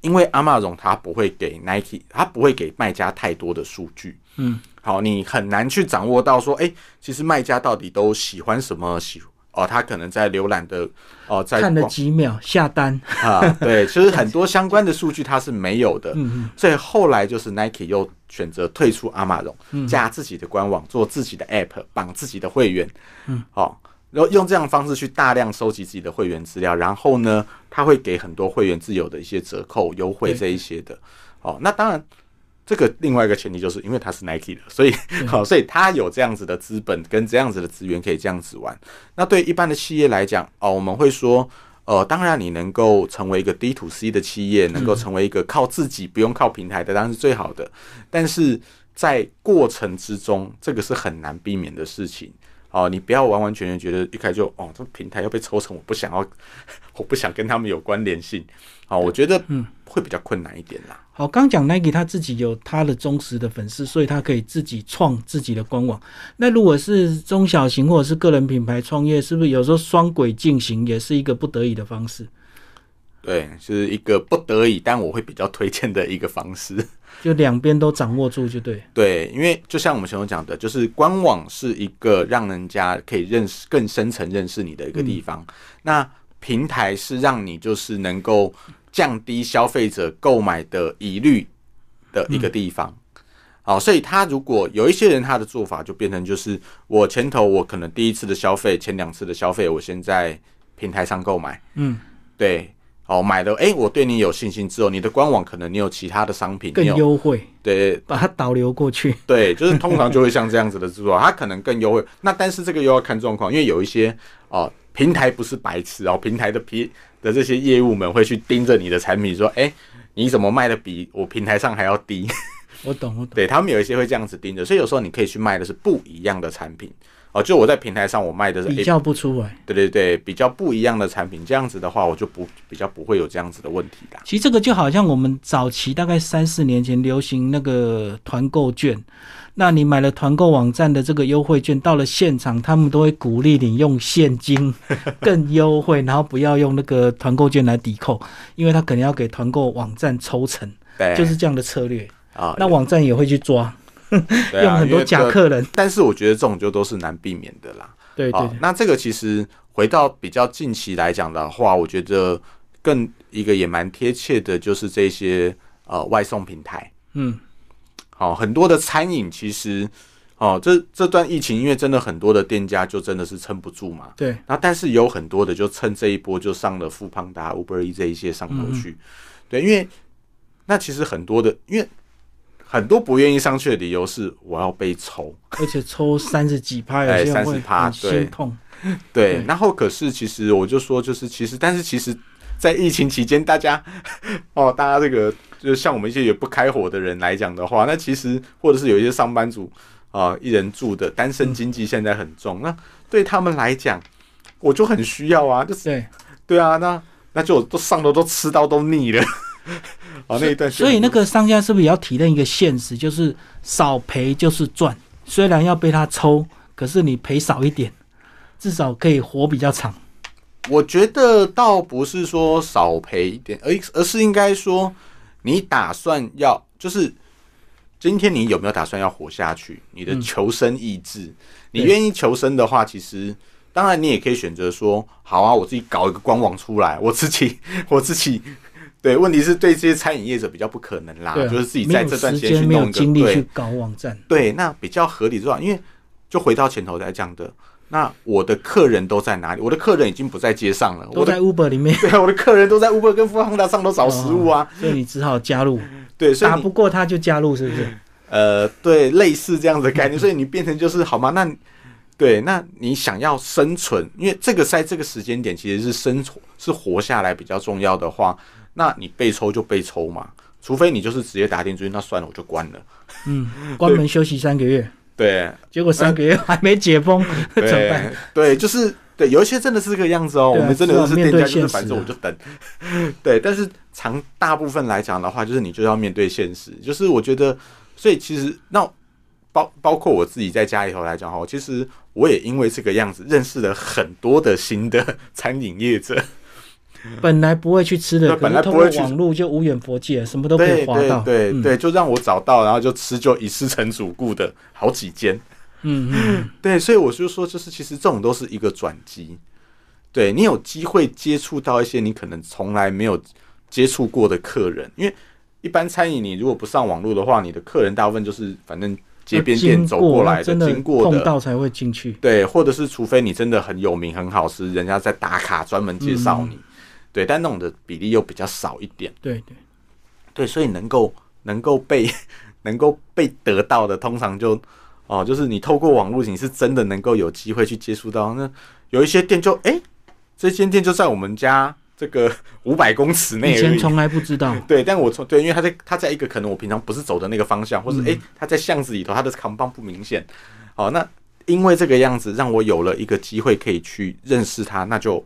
Speaker 2: 因为 Amazon 它不会给 Nike，它不会给卖家太多的数据。
Speaker 1: 嗯，
Speaker 2: 好，你很难去掌握到说，哎、其实卖家到底都喜欢什么喜哦，他可能在浏览的哦，在
Speaker 1: 看了
Speaker 2: 逛
Speaker 1: 几秒下单，
Speaker 2: 啊，对，其实很多相关的数据它是没有的，所以后来就是 Nike 又选择退出阿玛龙，架自己的官网，做自己的 App，绑自己的会员，嗯，好、然后用这样的方式去大量收集自己的会员资料，然后呢，他会给很多会员自有的一些折扣、优惠这一些的，哦，那当然。这个另外一个前提就是因为他是 Nike 的，所以好、所以他有这样子的资本跟这样子的资源可以这样子玩。那对一般的企业来讲，哦，我们会说，呃，当然你能够成为一个 D to C 的企业，能够成为一个靠自己不用靠平台的，当然是最好的。但是在过程之中，这个是很难避免的事情。哦，你不要完完全全觉得一开始就哦，这平台要被抽成，我不想要， 我不想跟他们有关联性。哦，我觉得会比较困难一点啦。
Speaker 1: 好，刚讲 Nike 他自己有他的忠实的粉丝，所以他可以自己创自己的官网。那如果是中小型或者是个人品牌创业，是不是有时候双轨进行也是一个不得已的方式？
Speaker 2: 对，是一个不得已，但我会比较推荐的一个方式。
Speaker 1: 就两边都掌握住就对。
Speaker 2: 对，因为就像我们前头讲的，就是官网是一个让人家可以认识更深层认识你的一个地
Speaker 1: 嗯
Speaker 2: 方。那平台是让你就是能够降低消费者购买的疑虑的一个地方。
Speaker 1: 嗯
Speaker 2: 好，所以他如果有一些人，他的做法就变成就是我前头我可能第一次的消费，前两次的消费，我先在平台上购买，
Speaker 1: 嗯，
Speaker 2: 对，好买了，诶，我对你有信心之后，你的官网可能你有其他的商品，
Speaker 1: 更
Speaker 2: 你有
Speaker 1: 优惠，
Speaker 2: 对
Speaker 1: 把它导流过 去。
Speaker 2: 对，就是通常就会像这样子的制作，它可能更优惠。那但是这个又要看状况，因为有一些哦、平台不是白痴哦，平台的皮的这些业务们会去盯着你的产品，说，哎、你怎么卖的比我平台上还要低？
Speaker 1: 我懂，我懂。
Speaker 2: 对他们有一些会这样子盯着，所以有时候你可以去卖的是不一样的产品哦。就我在平台上我卖的是 A
Speaker 1: 比较不出来。
Speaker 2: 对对对，比较不一样的产品，这样子的话，我就不比较不会有这样子的问题啦。
Speaker 1: 其实这个就好像我们早期大概三四年前流行那个团购券，那你买了团购网站的这个优惠券，到了现场他们都会鼓励你用现 金更优惠，然后不要用那个团购券来抵扣，因为他可能要给团购网站抽成，
Speaker 2: 对，
Speaker 1: 就是这样的策略。
Speaker 2: 啊，
Speaker 1: 那网站也会去抓，
Speaker 2: 对
Speaker 1: 用
Speaker 2: 啊
Speaker 1: 很
Speaker 2: 因
Speaker 1: 多
Speaker 2: 为
Speaker 1: 假
Speaker 2: 这
Speaker 1: 客人。
Speaker 2: 但是我觉得这种就都是难避免的啦。
Speaker 1: 对对
Speaker 2: 好，
Speaker 1: 对，
Speaker 2: 那这个其实回到比较近期来讲的话，我觉得更一个也蛮贴切的，就是这些呃外送平台。
Speaker 1: 嗯，
Speaker 2: 好、很多的餐饮其实，哦，这这段疫情，因为真的很多的店家就真的是撑不住嘛。
Speaker 1: 对，
Speaker 2: 那但是有很多的就趁这一波就上了富胖达、Uber E 这一些上头去，
Speaker 1: 嗯
Speaker 2: 对，因为那其实很多的，因为很多不愿意上去的理由是我要被抽，
Speaker 1: 而且抽三十几趴，有
Speaker 2: 哎
Speaker 1: 些人会
Speaker 2: 30趴
Speaker 1: 很
Speaker 2: 对
Speaker 1: 心痛。
Speaker 2: 对
Speaker 1: 对，
Speaker 2: 然后可是其实我就说，就是其实，但是其实，在疫情期间，大家 哦，大家这个就是像我们一些也不开火的人来讲的话，那其实或者是有一些上班族啊、一人住的单身经济现在很
Speaker 1: 嗯
Speaker 2: 重，那对他们来讲，我就很需要啊，就是
Speaker 1: 对，
Speaker 2: 对啊，那那就都上头都吃到都腻了， 哦，那一段时间
Speaker 1: 所以那个商家是不是也要体认一个现实，就是少赔就是赚？虽然要被他抽，可是你赔少一点，至少可以活比较长。
Speaker 2: 我觉得倒不是说少赔一点，而而是应该说，你打算要就是今天你有
Speaker 1: 嗯
Speaker 2: 没有打算要活下去？你的求生意志，你愿意求生的话，其实当然，你也可以选择说，好啊，我自己搞一个官网出来，我自己 我自己。对，问题是对这些餐饮业者比较不可能啦，
Speaker 1: 对啊，
Speaker 2: 就是自己
Speaker 1: 没
Speaker 2: 在
Speaker 1: 有
Speaker 2: 这段
Speaker 1: 时
Speaker 2: 时间
Speaker 1: 间
Speaker 2: 去
Speaker 1: 没有
Speaker 2: 弄一个
Speaker 1: 精力
Speaker 2: 对
Speaker 1: 去搞网站，
Speaker 2: 对，那比较合理做法，因为就回到前头在讲的，那我的客人都在哪里？我的客人已经不在街上了，
Speaker 1: 都
Speaker 2: 我的
Speaker 1: 在 Uber 里面，
Speaker 2: 对啊，我的客人都在 Uber 跟 f o o d 上都找食物啊，
Speaker 1: 所以你只好加入，
Speaker 2: 对，所以
Speaker 1: 打
Speaker 2: 你
Speaker 1: 不过他就加入，是不是？
Speaker 2: 呃，对，类似这样的概念，所以你变成就是好吗？那你对，那你想要生存，因为这个在这个时间点其实是生存是活下来比较重要的话，那你被抽就被抽嘛，除非你就是直接打定主意，那算了，我就关了。
Speaker 1: 嗯，关门休息三个月，
Speaker 2: 对，
Speaker 1: 结果三个月还没解封， 怎么办？
Speaker 2: 对对，就是对，有一些真的是这个样子哦。
Speaker 1: 对啊
Speaker 2: 我们真的是店
Speaker 1: 至
Speaker 2: 家，
Speaker 1: 少面对
Speaker 2: 就是
Speaker 1: 现实
Speaker 2: 反正
Speaker 1: 啊
Speaker 2: 我就等。 对，但是长大部分来讲的话，就是你就要面对现实。就是我觉得，所以其实那包包括我自己在家里头来讲哈，其实我也因为这个样子认识了很多的新的餐饮业者。
Speaker 1: 本来不会去吃的，
Speaker 2: 对
Speaker 1: 可
Speaker 2: 本
Speaker 1: 是
Speaker 2: 来
Speaker 1: 通
Speaker 2: 不会
Speaker 1: 过
Speaker 2: 去
Speaker 1: 网络就无远佛界，什么都可以
Speaker 2: 对
Speaker 1: 划到。
Speaker 2: 对对
Speaker 1: 嗯
Speaker 2: 对，就让我找到，然后就吃就一次成主顾的好几间。
Speaker 1: 嗯嗯，
Speaker 2: 对，所以我就说，就是其实这种都是一个转机。对你有机会接触到一些你可能从来没有接触过的客人，因为一般餐饮你如果不上网络的话，你的客人大部分就是反正街边店
Speaker 1: 经
Speaker 2: 走
Speaker 1: 过
Speaker 2: 过
Speaker 1: 那
Speaker 2: 来的、
Speaker 1: 真
Speaker 2: 经过
Speaker 1: 碰
Speaker 2: 的，
Speaker 1: 到才会进去。
Speaker 2: 对，或者是除非你真的很有名、很好吃，人家在打卡专门介绍
Speaker 1: 嗯
Speaker 2: 你，对，但那种的比例又比较少一点。
Speaker 1: 对对，
Speaker 2: 对，所以能够能够被 能够被得到的，通常就哦，就是你透过网络，你是真的能够有机会去接触到。那有一些店就哎、这间店就在我们家这个 五百公尺
Speaker 1: 以
Speaker 2: 内而
Speaker 1: 前
Speaker 2: 已。
Speaker 1: 从来不知 道。
Speaker 2: 对，但我从对，因为他在他在一个可能我平常不是走的那个方
Speaker 1: 嗯
Speaker 2: 向，或是哎、他在巷子里头，他的扛棒不明显。好、那因为这个样子，让我有了一个机会可以去认识他，那就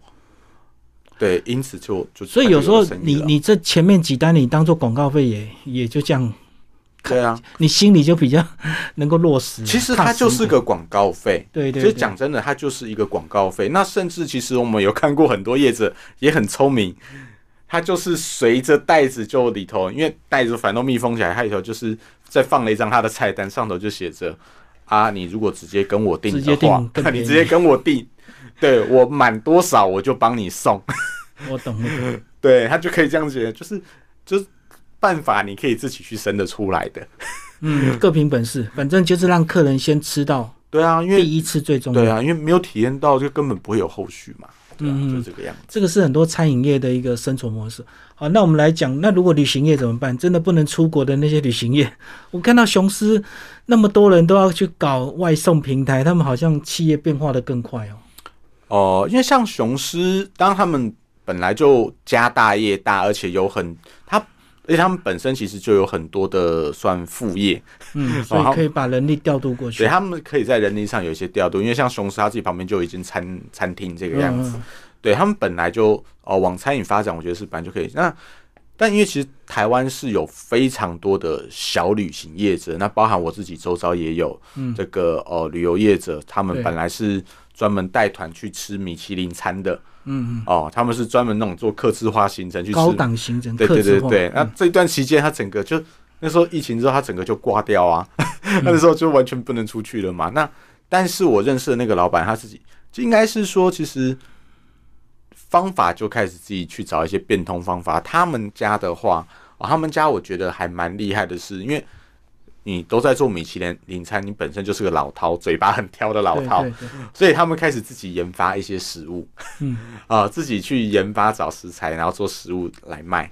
Speaker 2: 对，因此就就
Speaker 1: 所以有时候
Speaker 2: 他就了生意
Speaker 1: 你
Speaker 2: 了
Speaker 1: 你这前面几单你当做广告费也也就这样，
Speaker 2: 对啊，
Speaker 1: 你心里就比较能够落实。
Speaker 2: 嗯
Speaker 1: 啊
Speaker 2: 其实它
Speaker 1: 踏实
Speaker 2: 就
Speaker 1: 一
Speaker 2: 是
Speaker 1: 点
Speaker 2: 个广告费。
Speaker 1: 对对，
Speaker 2: 其实
Speaker 1: 对
Speaker 2: 讲真的，它就是一个广告费。那甚至其实我们有看过很多业者也很聪明，他就是随着袋子就里头，因为袋子反正都密封起来，它里头就是再放了一张他的菜单，上头就写着啊，你如果直接跟我订
Speaker 1: 直接
Speaker 2: 的话
Speaker 1: 订，更
Speaker 2: 那
Speaker 1: 便
Speaker 2: 你
Speaker 1: 宜
Speaker 2: 直接跟我订，对我满多少我就帮你送。
Speaker 1: 我懂我懂。
Speaker 2: 对他就可以这样子，就是就是办法，你可以自己去生得出来的。
Speaker 1: 嗯，各凭本事，反正就是让客人先吃到
Speaker 2: 对啊，因为
Speaker 1: 第一次最重要。
Speaker 2: 对啊，因为没有体验到，就根本不会有后续嘛。对啊，
Speaker 1: 嗯
Speaker 2: 就这个样子。
Speaker 1: 这个是很多餐饮业的一个生存模式。好，那我们来讲，那如果旅行业怎么办？真的不能出国的那些旅行业，我看到雄狮那么多人都要去搞外送平台，他们好像企业变化的更快哦。
Speaker 2: 哦、因为像雄狮，当他们本来就家大业大，而且有很他，而且他们本身其实就有很多的算副业，
Speaker 1: 嗯， 所
Speaker 2: 哦
Speaker 1: 以可以把人力调度过
Speaker 2: 所
Speaker 1: 去。
Speaker 2: 以他们可以在人力上有一些调度。因为像雄狮，他自己旁边就有一间餐餐厅这个样子，
Speaker 1: 嗯，
Speaker 2: 对他们本来就哦、往餐饮发展，我觉得是本来就可以。那但因为其实台湾是有非常多的小旅行业者，那包含我自己周遭也有
Speaker 1: 嗯
Speaker 2: 这个哦、旅游业者，他们
Speaker 1: 对
Speaker 2: 本来是专门带团去吃米其林餐的
Speaker 1: 嗯嗯
Speaker 2: 哦，他们是专门那种做客制化行程去
Speaker 1: 嗯，
Speaker 2: 吃。
Speaker 1: 高档行程，
Speaker 2: 对
Speaker 1: 客
Speaker 2: 对
Speaker 1: 制
Speaker 2: 对
Speaker 1: 化。
Speaker 2: 对，啊那
Speaker 1: 嗯
Speaker 2: 这段期间他整个就那时候疫情之后，他整个就挂掉啊， 那时候就完全不能出去了嘛。那但是我认识的那个老板他自己，就应该是说其实方法就开始自己去找一些变通方法。他们家的话，哦、他们家我觉得还蛮厉害的是，因为。你都在做米其林领餐，你本身就是个老饕，嘴巴很挑的老
Speaker 1: 对
Speaker 2: 饕，
Speaker 1: 对对
Speaker 2: 所以他们开始自己研发一些食物，
Speaker 1: 嗯
Speaker 2: 啊、自己去研发找食材，然后做食物来卖。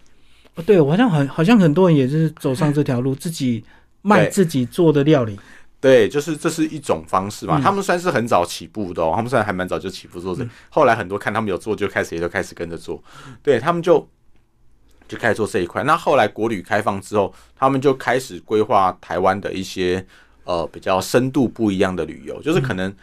Speaker 1: 哦对，我好像很好像很多人也是走上这条路，自己卖
Speaker 2: 对
Speaker 1: 自己做的料理。
Speaker 2: 对，就是这是一种方式嘛。
Speaker 1: 嗯
Speaker 2: 他们算是很早起步的哦，他们算还蛮早就起步做这，后来很多看他们有做，就开始也都开始跟着做。对他们就就开始做这一块。那后来国旅开放之后，他们就开始规划台湾的一些呃比较深度不一样的旅游，就是可能。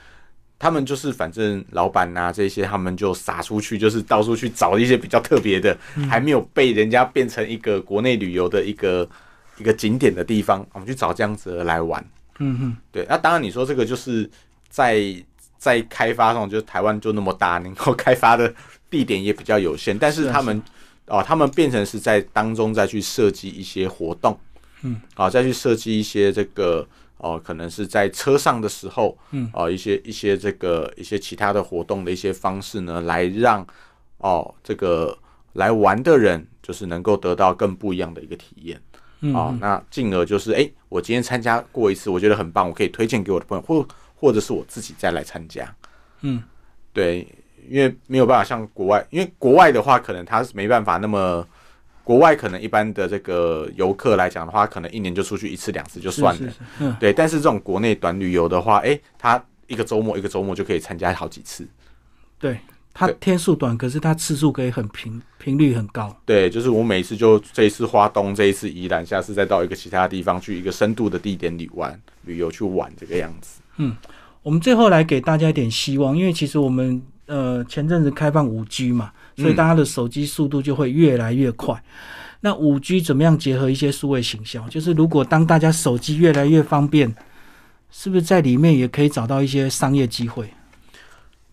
Speaker 2: 他们就是反正老板呐、这些，他们就撒出去，就是到处去找一些比较特别的，还没有被人家变成一个国内旅游的一个一个景点的地方，我们去找这样子的来玩。
Speaker 1: 嗯嗯，
Speaker 2: 对，那当然你说这个就是在在开发上，就是台湾就那么大，能够开发的地点也比较有限，但
Speaker 1: 是
Speaker 2: 是
Speaker 1: 啊
Speaker 2: 他们哦，他们变成是在当中再去设计一些活动，
Speaker 1: 嗯，
Speaker 2: 啊，再去设计一些这个哦、可能是在车上的时候，嗯，哦、一些一些这个一些其他的活动的一些方式呢，来让哦、这个来玩的人就是能够得到更不一样的一个体验。
Speaker 1: 嗯
Speaker 2: 哦，那进而就是，哎、我今天参加过一次，我觉得很棒，我可以推荐给我的朋友，或或者是我自己再来参加。
Speaker 1: 嗯，
Speaker 2: 对，因为没有办法像国外，因为国外的话，可能他是没办法那么，国外可能一般的这个游客来讲的话，可能一年就出去一次两次就算了。
Speaker 1: 是是是嗯
Speaker 2: 对，但是这种国内短旅游的话，哎、他一个周末一个周末就可以参加好几次。
Speaker 1: 对，它
Speaker 2: 对
Speaker 1: 天数短，可是它次数可以很频频率很高。
Speaker 2: 对，就是我每次就这一次花东，这一次宜兰，下次再到一个其他地方去一个深度的地点里玩旅游去玩这个样子。
Speaker 1: 我们最后来给大家一点希望，因为其实我们呃前阵子开放五 G 嘛，
Speaker 2: 嗯
Speaker 1: 所以大家的手机速度就会越来越快。那五 G 怎么样结合一些数位行销？就是如果当大家手机越来越方便，是不是在里面也可以找到一些商业机会？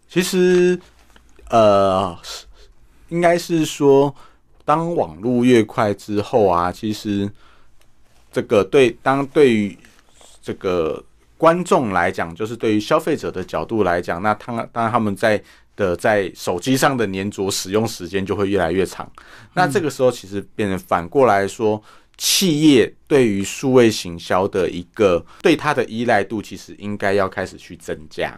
Speaker 2: 其实，呃，应该是说，当网络越快之后啊，其实这个对当对于这个观众来讲，就是对于消费者的角度来讲，那他当然他们在的在手机上的粘着使用时间就会越来越长。那这个时候其实变成反过来说，企业对于数位行销的一个对它的依赖度，其实应该要开始去增加。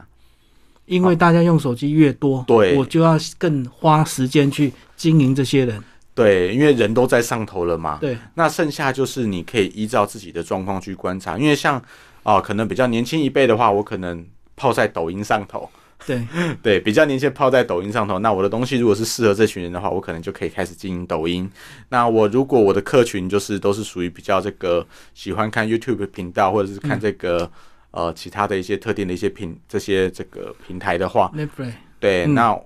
Speaker 1: 因为大家用手机越多，
Speaker 2: 对
Speaker 1: 我就要更花时间去经营这些人。
Speaker 2: 对，因为人都在上头了嘛。
Speaker 1: 对，
Speaker 2: 那剩下就是你可以依照自己的状况去观察，因为像啊、可能比较年轻一辈的话，我可能泡在抖音上头。
Speaker 1: 对，
Speaker 2: 对，比较年轻泡在抖音上头，那我的东西如果是适合这群人的话，我可能就可以开始经营抖音。那我如果我的客群就是都是属于比较这个喜欢看 YouTube 频道或者是看这个、呃其他的一些特定的一些平这些这个平台的话，
Speaker 1: n e t f l i
Speaker 2: 对，
Speaker 1: 嗯
Speaker 2: 那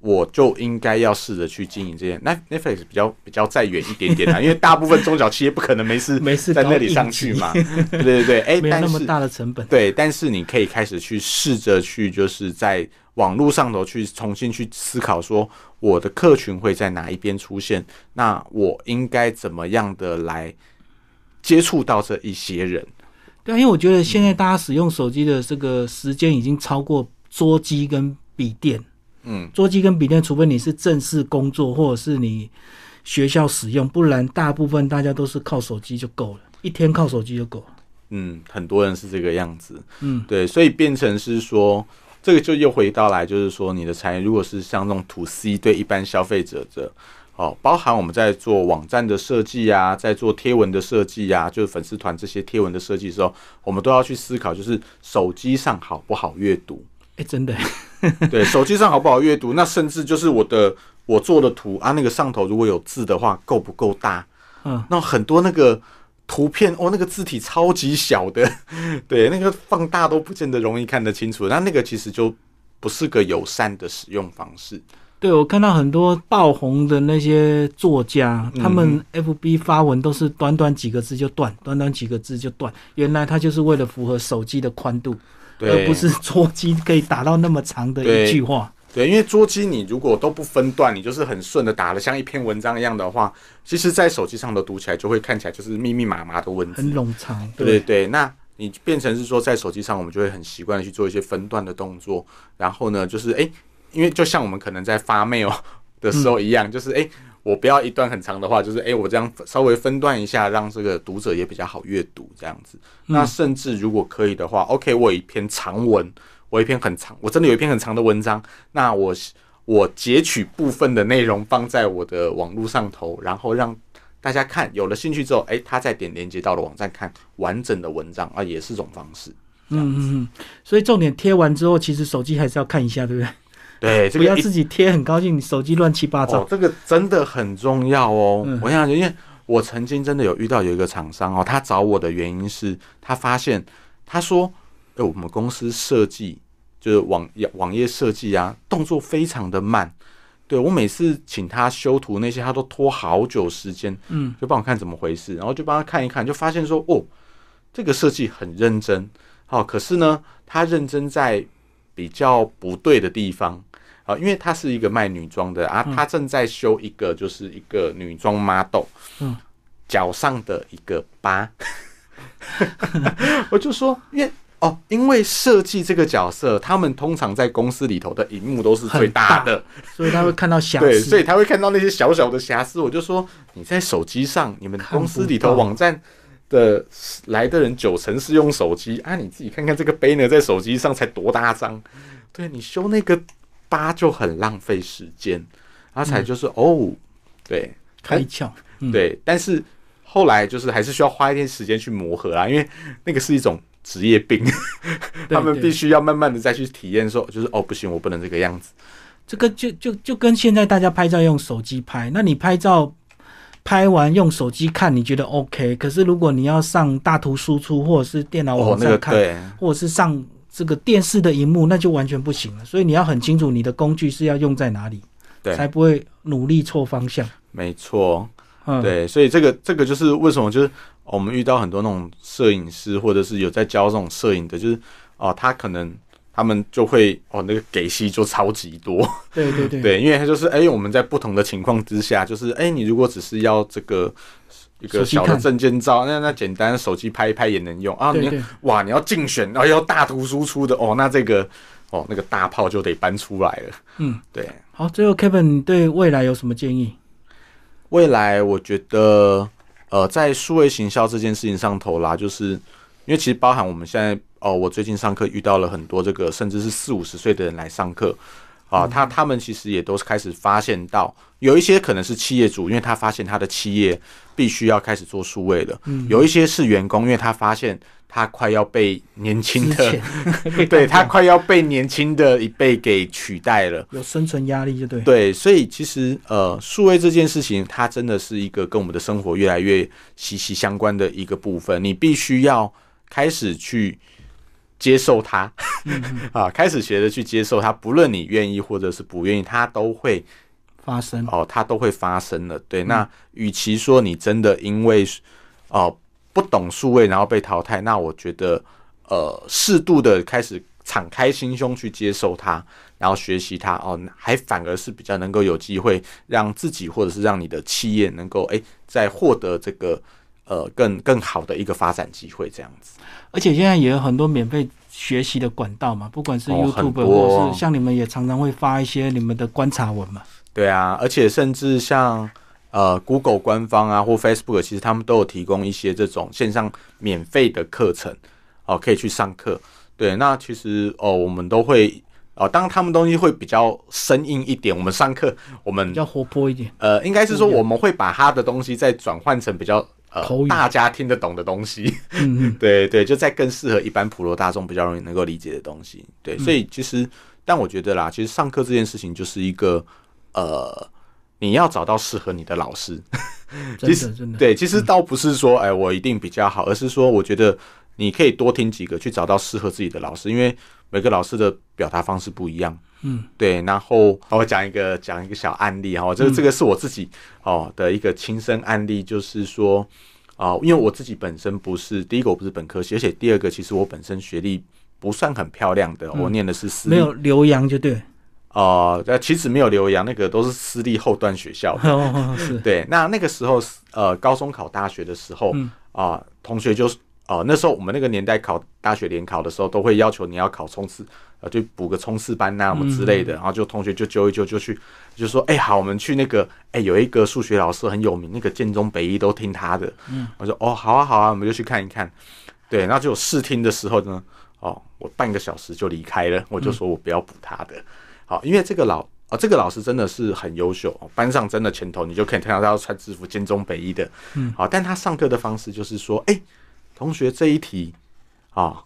Speaker 2: 我就应该要试着去经营这些。那 Netflix 比较比较再远一点点啊 啦，因为大部分中小企业不可能没事
Speaker 1: 没事
Speaker 2: 在那
Speaker 1: 搞影
Speaker 2: 里
Speaker 1: 集
Speaker 2: 上去嘛。对对 对，哎、
Speaker 1: 没有
Speaker 2: 但
Speaker 1: 那么
Speaker 2: 是
Speaker 1: 大的成本。
Speaker 2: 对，但是你可以开始去试着去，就是在网络上头去重新去思考，说我的客群会在哪一边出现，那我应该怎么样的来接触到这一些人。
Speaker 1: 对啊，因为我觉得现在大家使用手机的这个时间已经超过桌机跟笔电。
Speaker 2: 嗯，
Speaker 1: 桌机跟笔电，除非你是正式工作或者是你学校使用，不然大部分大家都是靠手机就够了，一天靠手机就够了。
Speaker 2: 嗯，很多人是这个样子，
Speaker 1: 嗯，
Speaker 2: 对，所以变成是说，这个就又回到来，就是说你的产业如果是像这种 to C 对一般消费者的，哦，包含我们在做网站的设计啊，在做贴文的设计啊，就是粉丝团这些贴文的设计的时候，我们都要去思考，就是手机上好不好阅读，
Speaker 1: 哎，真的，
Speaker 2: 对，手机上好不好阅读，那甚至就是我的我做的图啊，那个上头如果有字的话，够不够大？
Speaker 1: 嗯，
Speaker 2: 那很多那个图片哦，那个字体超级小的，对，那个放大都不见得容易看得清楚。那那个其实就不是个友善的使用方式。
Speaker 1: 对我看到很多爆红的那些作家，
Speaker 2: 嗯
Speaker 1: 他们 FB 发文都是短短几个字就断，短短几个字就断，原来他就是为了符合手机的宽度，而
Speaker 2: 对，
Speaker 1: 不是桌机可以打到那么长的一
Speaker 2: 对
Speaker 1: 句话。
Speaker 2: 对，因为桌机你如果都不分段，你就是很顺的打了像一篇文章一样的话，其实在手机上的读起来就会看起来就是密密麻麻的文字
Speaker 1: 很。冗长，
Speaker 2: 对对对，那你变成是说在手机上，我们就会很习惯的去做一些分段的动作，然后呢，就是诶，因为就像我们可能在发 mail 的时候一样，就是诶，我不要一段很长的话，就是诶，我这样稍微分段一下，让这个读者也比较好阅读这样子。那甚至如果可以的话，OK，我有一篇长文，我有一篇很长，我真的有一篇很长的文章，那我我截取部分的内容放在我的网络上头，然后让大家看，有了兴趣之后，哎、他再点连接到了网站看完整的文章啊，也是种方式。
Speaker 1: 嗯嗯嗯，所以重点贴完之后，其实手机还是要看一下，对不对？
Speaker 2: 对，这
Speaker 1: 不要
Speaker 2: 个一
Speaker 1: 自己贴很高兴，你手机乱七八糟。
Speaker 2: 哦，这个真的很重要哦。
Speaker 1: 嗯
Speaker 2: 我想，因为我曾经真的有遇到有一个厂商哦，他找我的原因是他发现，他说，哎、我们公司设计就是网页网页设计啊，动作非常的慢。对我每次请他修图那些，他都拖好久时间，
Speaker 1: 嗯，
Speaker 2: 就帮我看怎么回事，然后就帮他看一看，就发现说，哦，这个设计很认真，好、可是呢，他认真在比较不对的地方。啊，因为他是一个卖女装的啊，他正在修一个，就是一个女装 model，
Speaker 1: 嗯，
Speaker 2: 脚上的一个疤， 我就说，因为哦，因为设计这个角色，他们通常在公司里头的荧幕都是最大的，
Speaker 1: 所以他会看到瑕
Speaker 2: 对，
Speaker 1: 疵。
Speaker 2: 所以他会看到那些小小的瑕疵。我就说，你在手机上，你们
Speaker 1: 看不
Speaker 2: 公司里头
Speaker 1: 到
Speaker 2: 网站的来的人九成是用手机啊，你自己看看这个 banner 在手机上才多大张，对你修那个八就很浪费时间，阿才就是、哦，对，
Speaker 1: 开窍，嗯
Speaker 2: 对，但是后来就是还是需要花一点时间去磨合啊，因为那个是一种职业病，
Speaker 1: 对
Speaker 2: 他们
Speaker 1: 对
Speaker 2: 必须要慢慢的再去体验说，就是哦不行，我不能这个样子。
Speaker 1: 这个就就就跟现在大家拍照用手机拍，那你拍照拍完用手机看，你觉得 OK？可是如果你要上大图输出或者是电脑
Speaker 2: 哦
Speaker 1: 网，
Speaker 2: 那个
Speaker 1: 站看，
Speaker 2: 对，
Speaker 1: 或者是上这个电视的荧幕，那就完全不行了。所以你要很清楚你的工具是要用在哪里，
Speaker 2: 对
Speaker 1: 才不会努力错方向。
Speaker 2: 没错，
Speaker 1: 嗯，
Speaker 2: 对，所以这个这个就是为什么就是我们遇到很多那种摄影师，或者是有在教这种摄影的，就是哦，他可能他们就会哦那个给息就超级多，
Speaker 1: 对对对
Speaker 2: 对，因为他就是哎、我们在不同的情况之下，就是哎、你如果只是要这个一
Speaker 1: 手
Speaker 2: 个
Speaker 1: 机
Speaker 2: 小的
Speaker 1: 看
Speaker 2: 证件照，那那简单手机拍一拍也能用啊。
Speaker 1: 对
Speaker 2: 你
Speaker 1: 对
Speaker 2: 哇，你要竞选，然后要大图输出的哦，那这个哦那个大炮就得搬出来了。
Speaker 1: 嗯，
Speaker 2: 对，
Speaker 1: 好，最后 Kevin 你对未来有什么建议？
Speaker 2: 未来我觉得呃，在数位行销这件事情上头啦，就是因为其实包含我们现在哦，我最近上课遇到了很多这个甚至是四五十岁的人来上课啊，他他们其实也都是开始发现到有一些可能是企业主，因为他发现他的企业必须要开始做数位了；有一些是员工，因为他发现他快要被年轻
Speaker 1: 之
Speaker 2: 的
Speaker 1: 前，
Speaker 2: 对他快要被年轻的一辈给取代了。
Speaker 1: 有生存压力就对。
Speaker 2: 对，所以其实呃，数位这件事情，它真的是一个跟我们的生活越来越息息相关的一个部分。你必须要开始去接受它， 啊，开始学着去接受它，不论你愿意或者是不愿意，它都会
Speaker 1: 发生
Speaker 2: 哦，它都会发生的。对，那与其说你真的因为哦、不懂数位然后被淘汰，那我觉得呃，适度的开始敞开心胸去接受它，然后学习它哦，还反而是比较能够有机会让自己或者是让你的企业能够哎、再获得这个呃更更好的一个发展机会这样子。
Speaker 1: 而且现在也有很多免费学习的管道嘛，不管是
Speaker 2: 哦很
Speaker 1: YouTube、
Speaker 2: 多哦
Speaker 1: 或者是像你们也常常会发一些你们的观察文嘛。
Speaker 2: 对啊，而且甚至像呃 Google 官方啊或 Facebook，其实他们都有提供一些这种线上免费的课程哦、可以去上课。对，那其实哦、我们都会哦、当然他们东西会比较生硬一点。我们上课，我
Speaker 1: 比
Speaker 2: 们
Speaker 1: 较活泼一点。
Speaker 2: 呃，应该是说我们会把他的东西再转换成比较呃
Speaker 1: 口语
Speaker 2: 大家听得懂的东西。
Speaker 1: 嗯嗯，
Speaker 2: 对对，就在更适合一般普罗大众比较容易能够理解的东西。
Speaker 1: 嗯
Speaker 2: 对，所以其实，但我觉得啦，其实上课这件事情就是一个，呃，你要找到适合你的老师。
Speaker 1: 真
Speaker 2: 其
Speaker 1: 的
Speaker 2: 实
Speaker 1: 真的。嗯
Speaker 2: 对，其实倒不是说，哎，我一定比较好，而是说，我觉得你可以多听几个，去找到适合自己的老师，因为每个老师的表达方式不一样。
Speaker 1: 嗯，
Speaker 2: 对。然后好我讲一个讲一个小案例哈、这个
Speaker 1: 嗯
Speaker 2: 这个是我自己哦的一个亲身案例，就是说。啊、因为我自己本身不是第一个，我不是本科系，而且第二个，其实我本身学历不算很漂亮的，我念的是私
Speaker 1: 嗯没
Speaker 2: 立，
Speaker 1: 有留洋就 对。
Speaker 2: 哦，那、其实没有留洋，那个都是私立后段 学校的，
Speaker 1: 哦，是
Speaker 2: 对，那那个时候呃，高中考大学的时候啊、
Speaker 1: 嗯
Speaker 2: 同学就是呃，那时候我们那个年代考大学联考的时候，都会要求你要考冲刺，呃，就补个冲刺班呐、啊什么之类
Speaker 1: 嗯
Speaker 2: 的，然后就同学就揪一揪就去，就说哎、好，我们去那个哎、有一个数学老师很有名，那个建中北一都听他的，嗯，我说哦好啊好啊，我们就去看一看，对，然后就有试听的时候呢，哦，我半个小时就离开了，我就说我不要补他的，好，因为这个老。哦，这个老师真的是很优秀，哦班上真的前头你就可以看到他要穿制服、建中北一的，嗯，好、但他上课的方式就是说，哎、同学这一题啊、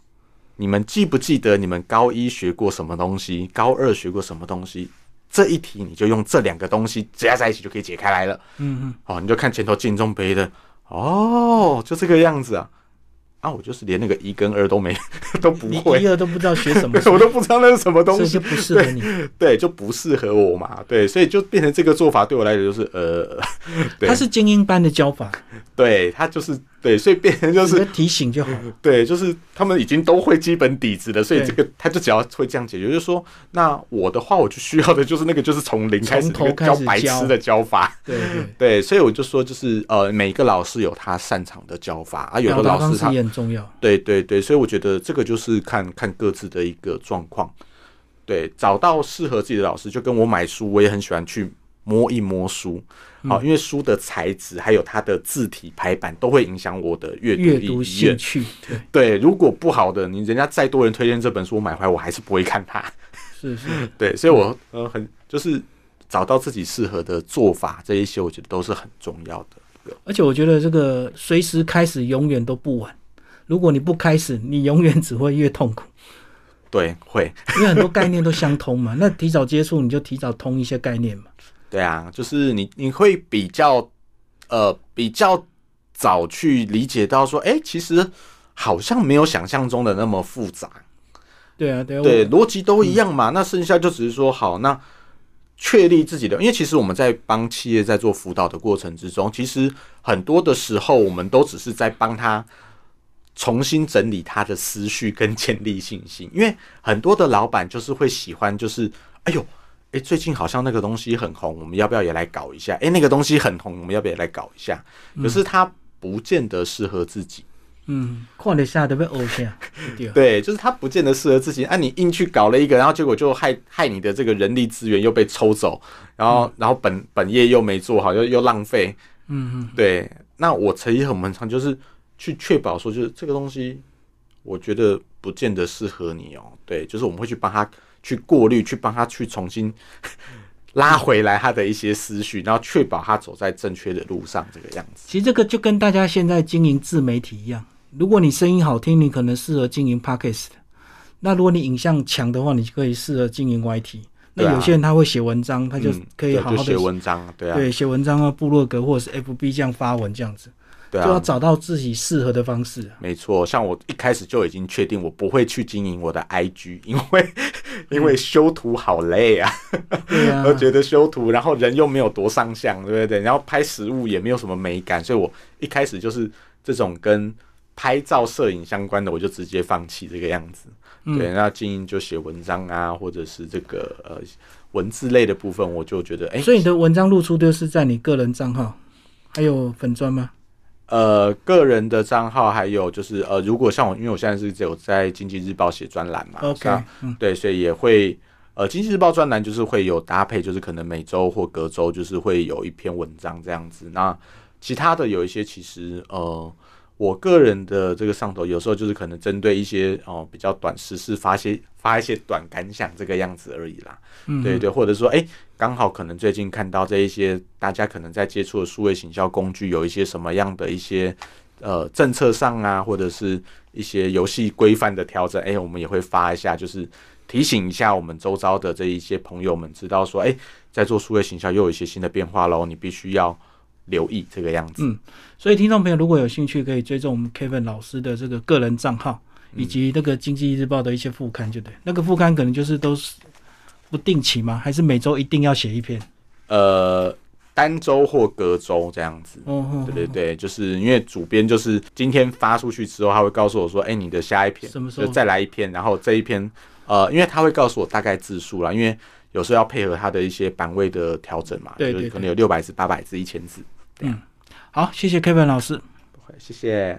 Speaker 2: 你们记不记得你们高一学过什么东西，高二学过什么东西？这一题你就用这两个东西加在一起就可以解开来了。
Speaker 1: 嗯嗯，
Speaker 2: 哦，你就看前头建中北一的，哦，就这个样子啊。啊，我就是连那个一跟二都没 都不
Speaker 1: 你
Speaker 2: 会，
Speaker 1: 一，二都不知道学什么
Speaker 2: 我都不知道那是什么
Speaker 1: 所
Speaker 2: 东
Speaker 1: 以
Speaker 2: 西
Speaker 1: 就。不适合你。
Speaker 2: 对， 就不适合我嘛，对，所以就 变成这个做法对我来讲就是呃，对
Speaker 1: 它是精英班的教法，
Speaker 2: 对，它就是对，所以变成就
Speaker 1: 就是提醒就好了。
Speaker 2: 对，就是他们已经都会基本底子了，所以
Speaker 1: 对
Speaker 2: 这个他就只要会这样解决，就是说，那我的话，我就需要的就是那个，就是从零开始
Speaker 1: 从头
Speaker 2: 那个
Speaker 1: 开
Speaker 2: 教
Speaker 1: 始
Speaker 2: 白
Speaker 1: 教
Speaker 2: 痴的教法。
Speaker 1: 对对，
Speaker 2: 对，所以我就说，就是呃，每个老师有他擅长的教法啊，有
Speaker 1: 表
Speaker 2: 的
Speaker 1: 达
Speaker 2: 老
Speaker 1: 方
Speaker 2: 师他
Speaker 1: 式也很重要。
Speaker 2: 对对对，所以我觉得这个就是看看各自的一个状况，对，找到适合自己的老师，就跟我买书，我也很喜欢去摸一摸书，
Speaker 1: 嗯
Speaker 2: 好、因为书的材质还有它的字体排版都会影响我的阅读
Speaker 1: 阅读
Speaker 2: 意
Speaker 1: 兴。
Speaker 2: 愿
Speaker 1: 趣，对，
Speaker 2: 对，如果不好的，你人家再多人推荐这本书，我买回来我还是不会看它。
Speaker 1: 是 是，
Speaker 2: 对，所以我呃很就是找到自己适合的做法，这一些我觉得都是很重要的。
Speaker 1: 而且我觉得这个随时开始永远都不晚。如果你不开始，你永远只会越痛苦，
Speaker 2: 对，会。
Speaker 1: 因为很多概念都相通嘛。 那提早接触，你就提早通一些概念嘛。
Speaker 2: 对啊，就是你你会比较呃比较早去理解到说，哎、其实好像没有想象中的那么复杂，
Speaker 1: 对啊，对啊，
Speaker 2: 对，逻辑都一样嘛。那剩下就只是说，好，那确立自己的，因为其实我们在帮企业在做辅导的过程之中，其实很多的时候，我们都只是在帮他。重新整理他的思绪跟建立信心，因为很多的老板就是会喜欢，就是哎呦，哎，最近好像那个东西很红，我们要不要也来搞一下？哎，那个东西很红，我们要不要也来搞一下？可是他不见得适合自己，
Speaker 1: 嗯，看得下都被呕下，对啊，
Speaker 2: 对，就是他不见得适合自己。啊，你硬去搞了一个，然后结果就害害你的这个人力资源又被抽走，然后、然后本本业又没做好，又又浪费。
Speaker 1: 嗯嗯，
Speaker 2: 对，那我曾经很漫长，就是去确保说，就是这个东西，我觉得不见得适合你哦。对，就是我们会去帮他去过滤，去帮他去重新 拉回来他的一些思绪，然后确保他走在正确的路上，这个样子。
Speaker 1: 其实这个就跟大家现在经营自媒体一样，如果你声音好听，你可能适合经营 podcast；那如果你影像强的话，你就可以适合经营 YT。
Speaker 2: 对
Speaker 1: 那
Speaker 2: 啊
Speaker 1: 有些人他会写文章，他就
Speaker 2: 嗯
Speaker 1: 可以
Speaker 2: 对
Speaker 1: 好
Speaker 2: 就
Speaker 1: 好
Speaker 2: 写
Speaker 1: 的
Speaker 2: 文章，对啊，
Speaker 1: 对，写文章啊、部落格或者是 FB 这样发文这样子，
Speaker 2: 对
Speaker 1: 就要
Speaker 2: 啊，
Speaker 1: 找到自己适合的方式啊。
Speaker 2: 没错。像我一开始就已经确定我不会去经营我的 IG，因为
Speaker 1: 嗯
Speaker 2: 因为修图好累啊。
Speaker 1: 对啊
Speaker 2: 而，觉得修图，然后人又没有多上相，对不对？然后拍实物也没有什么美感，所以我一开始就是这种跟拍照、摄影相关的，我就直接放弃这个样子。
Speaker 1: 嗯
Speaker 2: 对，那经营就写文章啊，或者是这个呃文字类的部分，我就觉得哎、
Speaker 1: 所以你的文章露出就是在你个人账号，还有粉砖吗？
Speaker 2: 呃，个人的账号还有就是呃，如果像我，因为我现在是只有在经济日报写专栏嘛
Speaker 1: OK，嗯
Speaker 2: 是啊对，所以也会呃，经济日报专栏就是会有搭配，就是可能每周或隔周就是会有一篇文章这样子。那其他的有一些其实呃，我个人的这个上头有时候就是可能针对一些哦、比较短时事发些发一些短感想这个样子而已啦。
Speaker 1: 嗯
Speaker 2: 对对，或者说，哎，刚好可能最近看到这一些大家可能在接触的数位行销工具，有一些什么样的一些呃政策上啊，或者是一些游戏规范的调整，哎，我们也会发一下，就是提醒一下我们周遭的这一些朋友们，知道说，哎，在做数位行销又有一些新的变化喽，你必须要留意这个样子。
Speaker 1: 嗯所以听众朋友如果有兴趣，可以追踪我们 Kevin 老师的这个个人账号，以及那个《经济日报》的一些副刊，就对。那个副刊可能就是都是不定期吗？还是每周一定要写一篇？
Speaker 2: 呃，单周或隔周这样子。
Speaker 1: 哦哦，
Speaker 2: 对对对，就是因为主编就是今天发出去之后，他会告诉我说，哎、你的下一篇
Speaker 1: 什么时候
Speaker 2: 就再来一篇，然后这一篇，呃，因为他会告诉我大概字数啦，因为有时候要配合他的一些版位的调整嘛，
Speaker 1: 对对
Speaker 2: 就是
Speaker 1: 对
Speaker 2: 可能有六百字、八百字、一千字。
Speaker 1: 好，谢谢 Kevin 老师。
Speaker 2: 不会谢谢。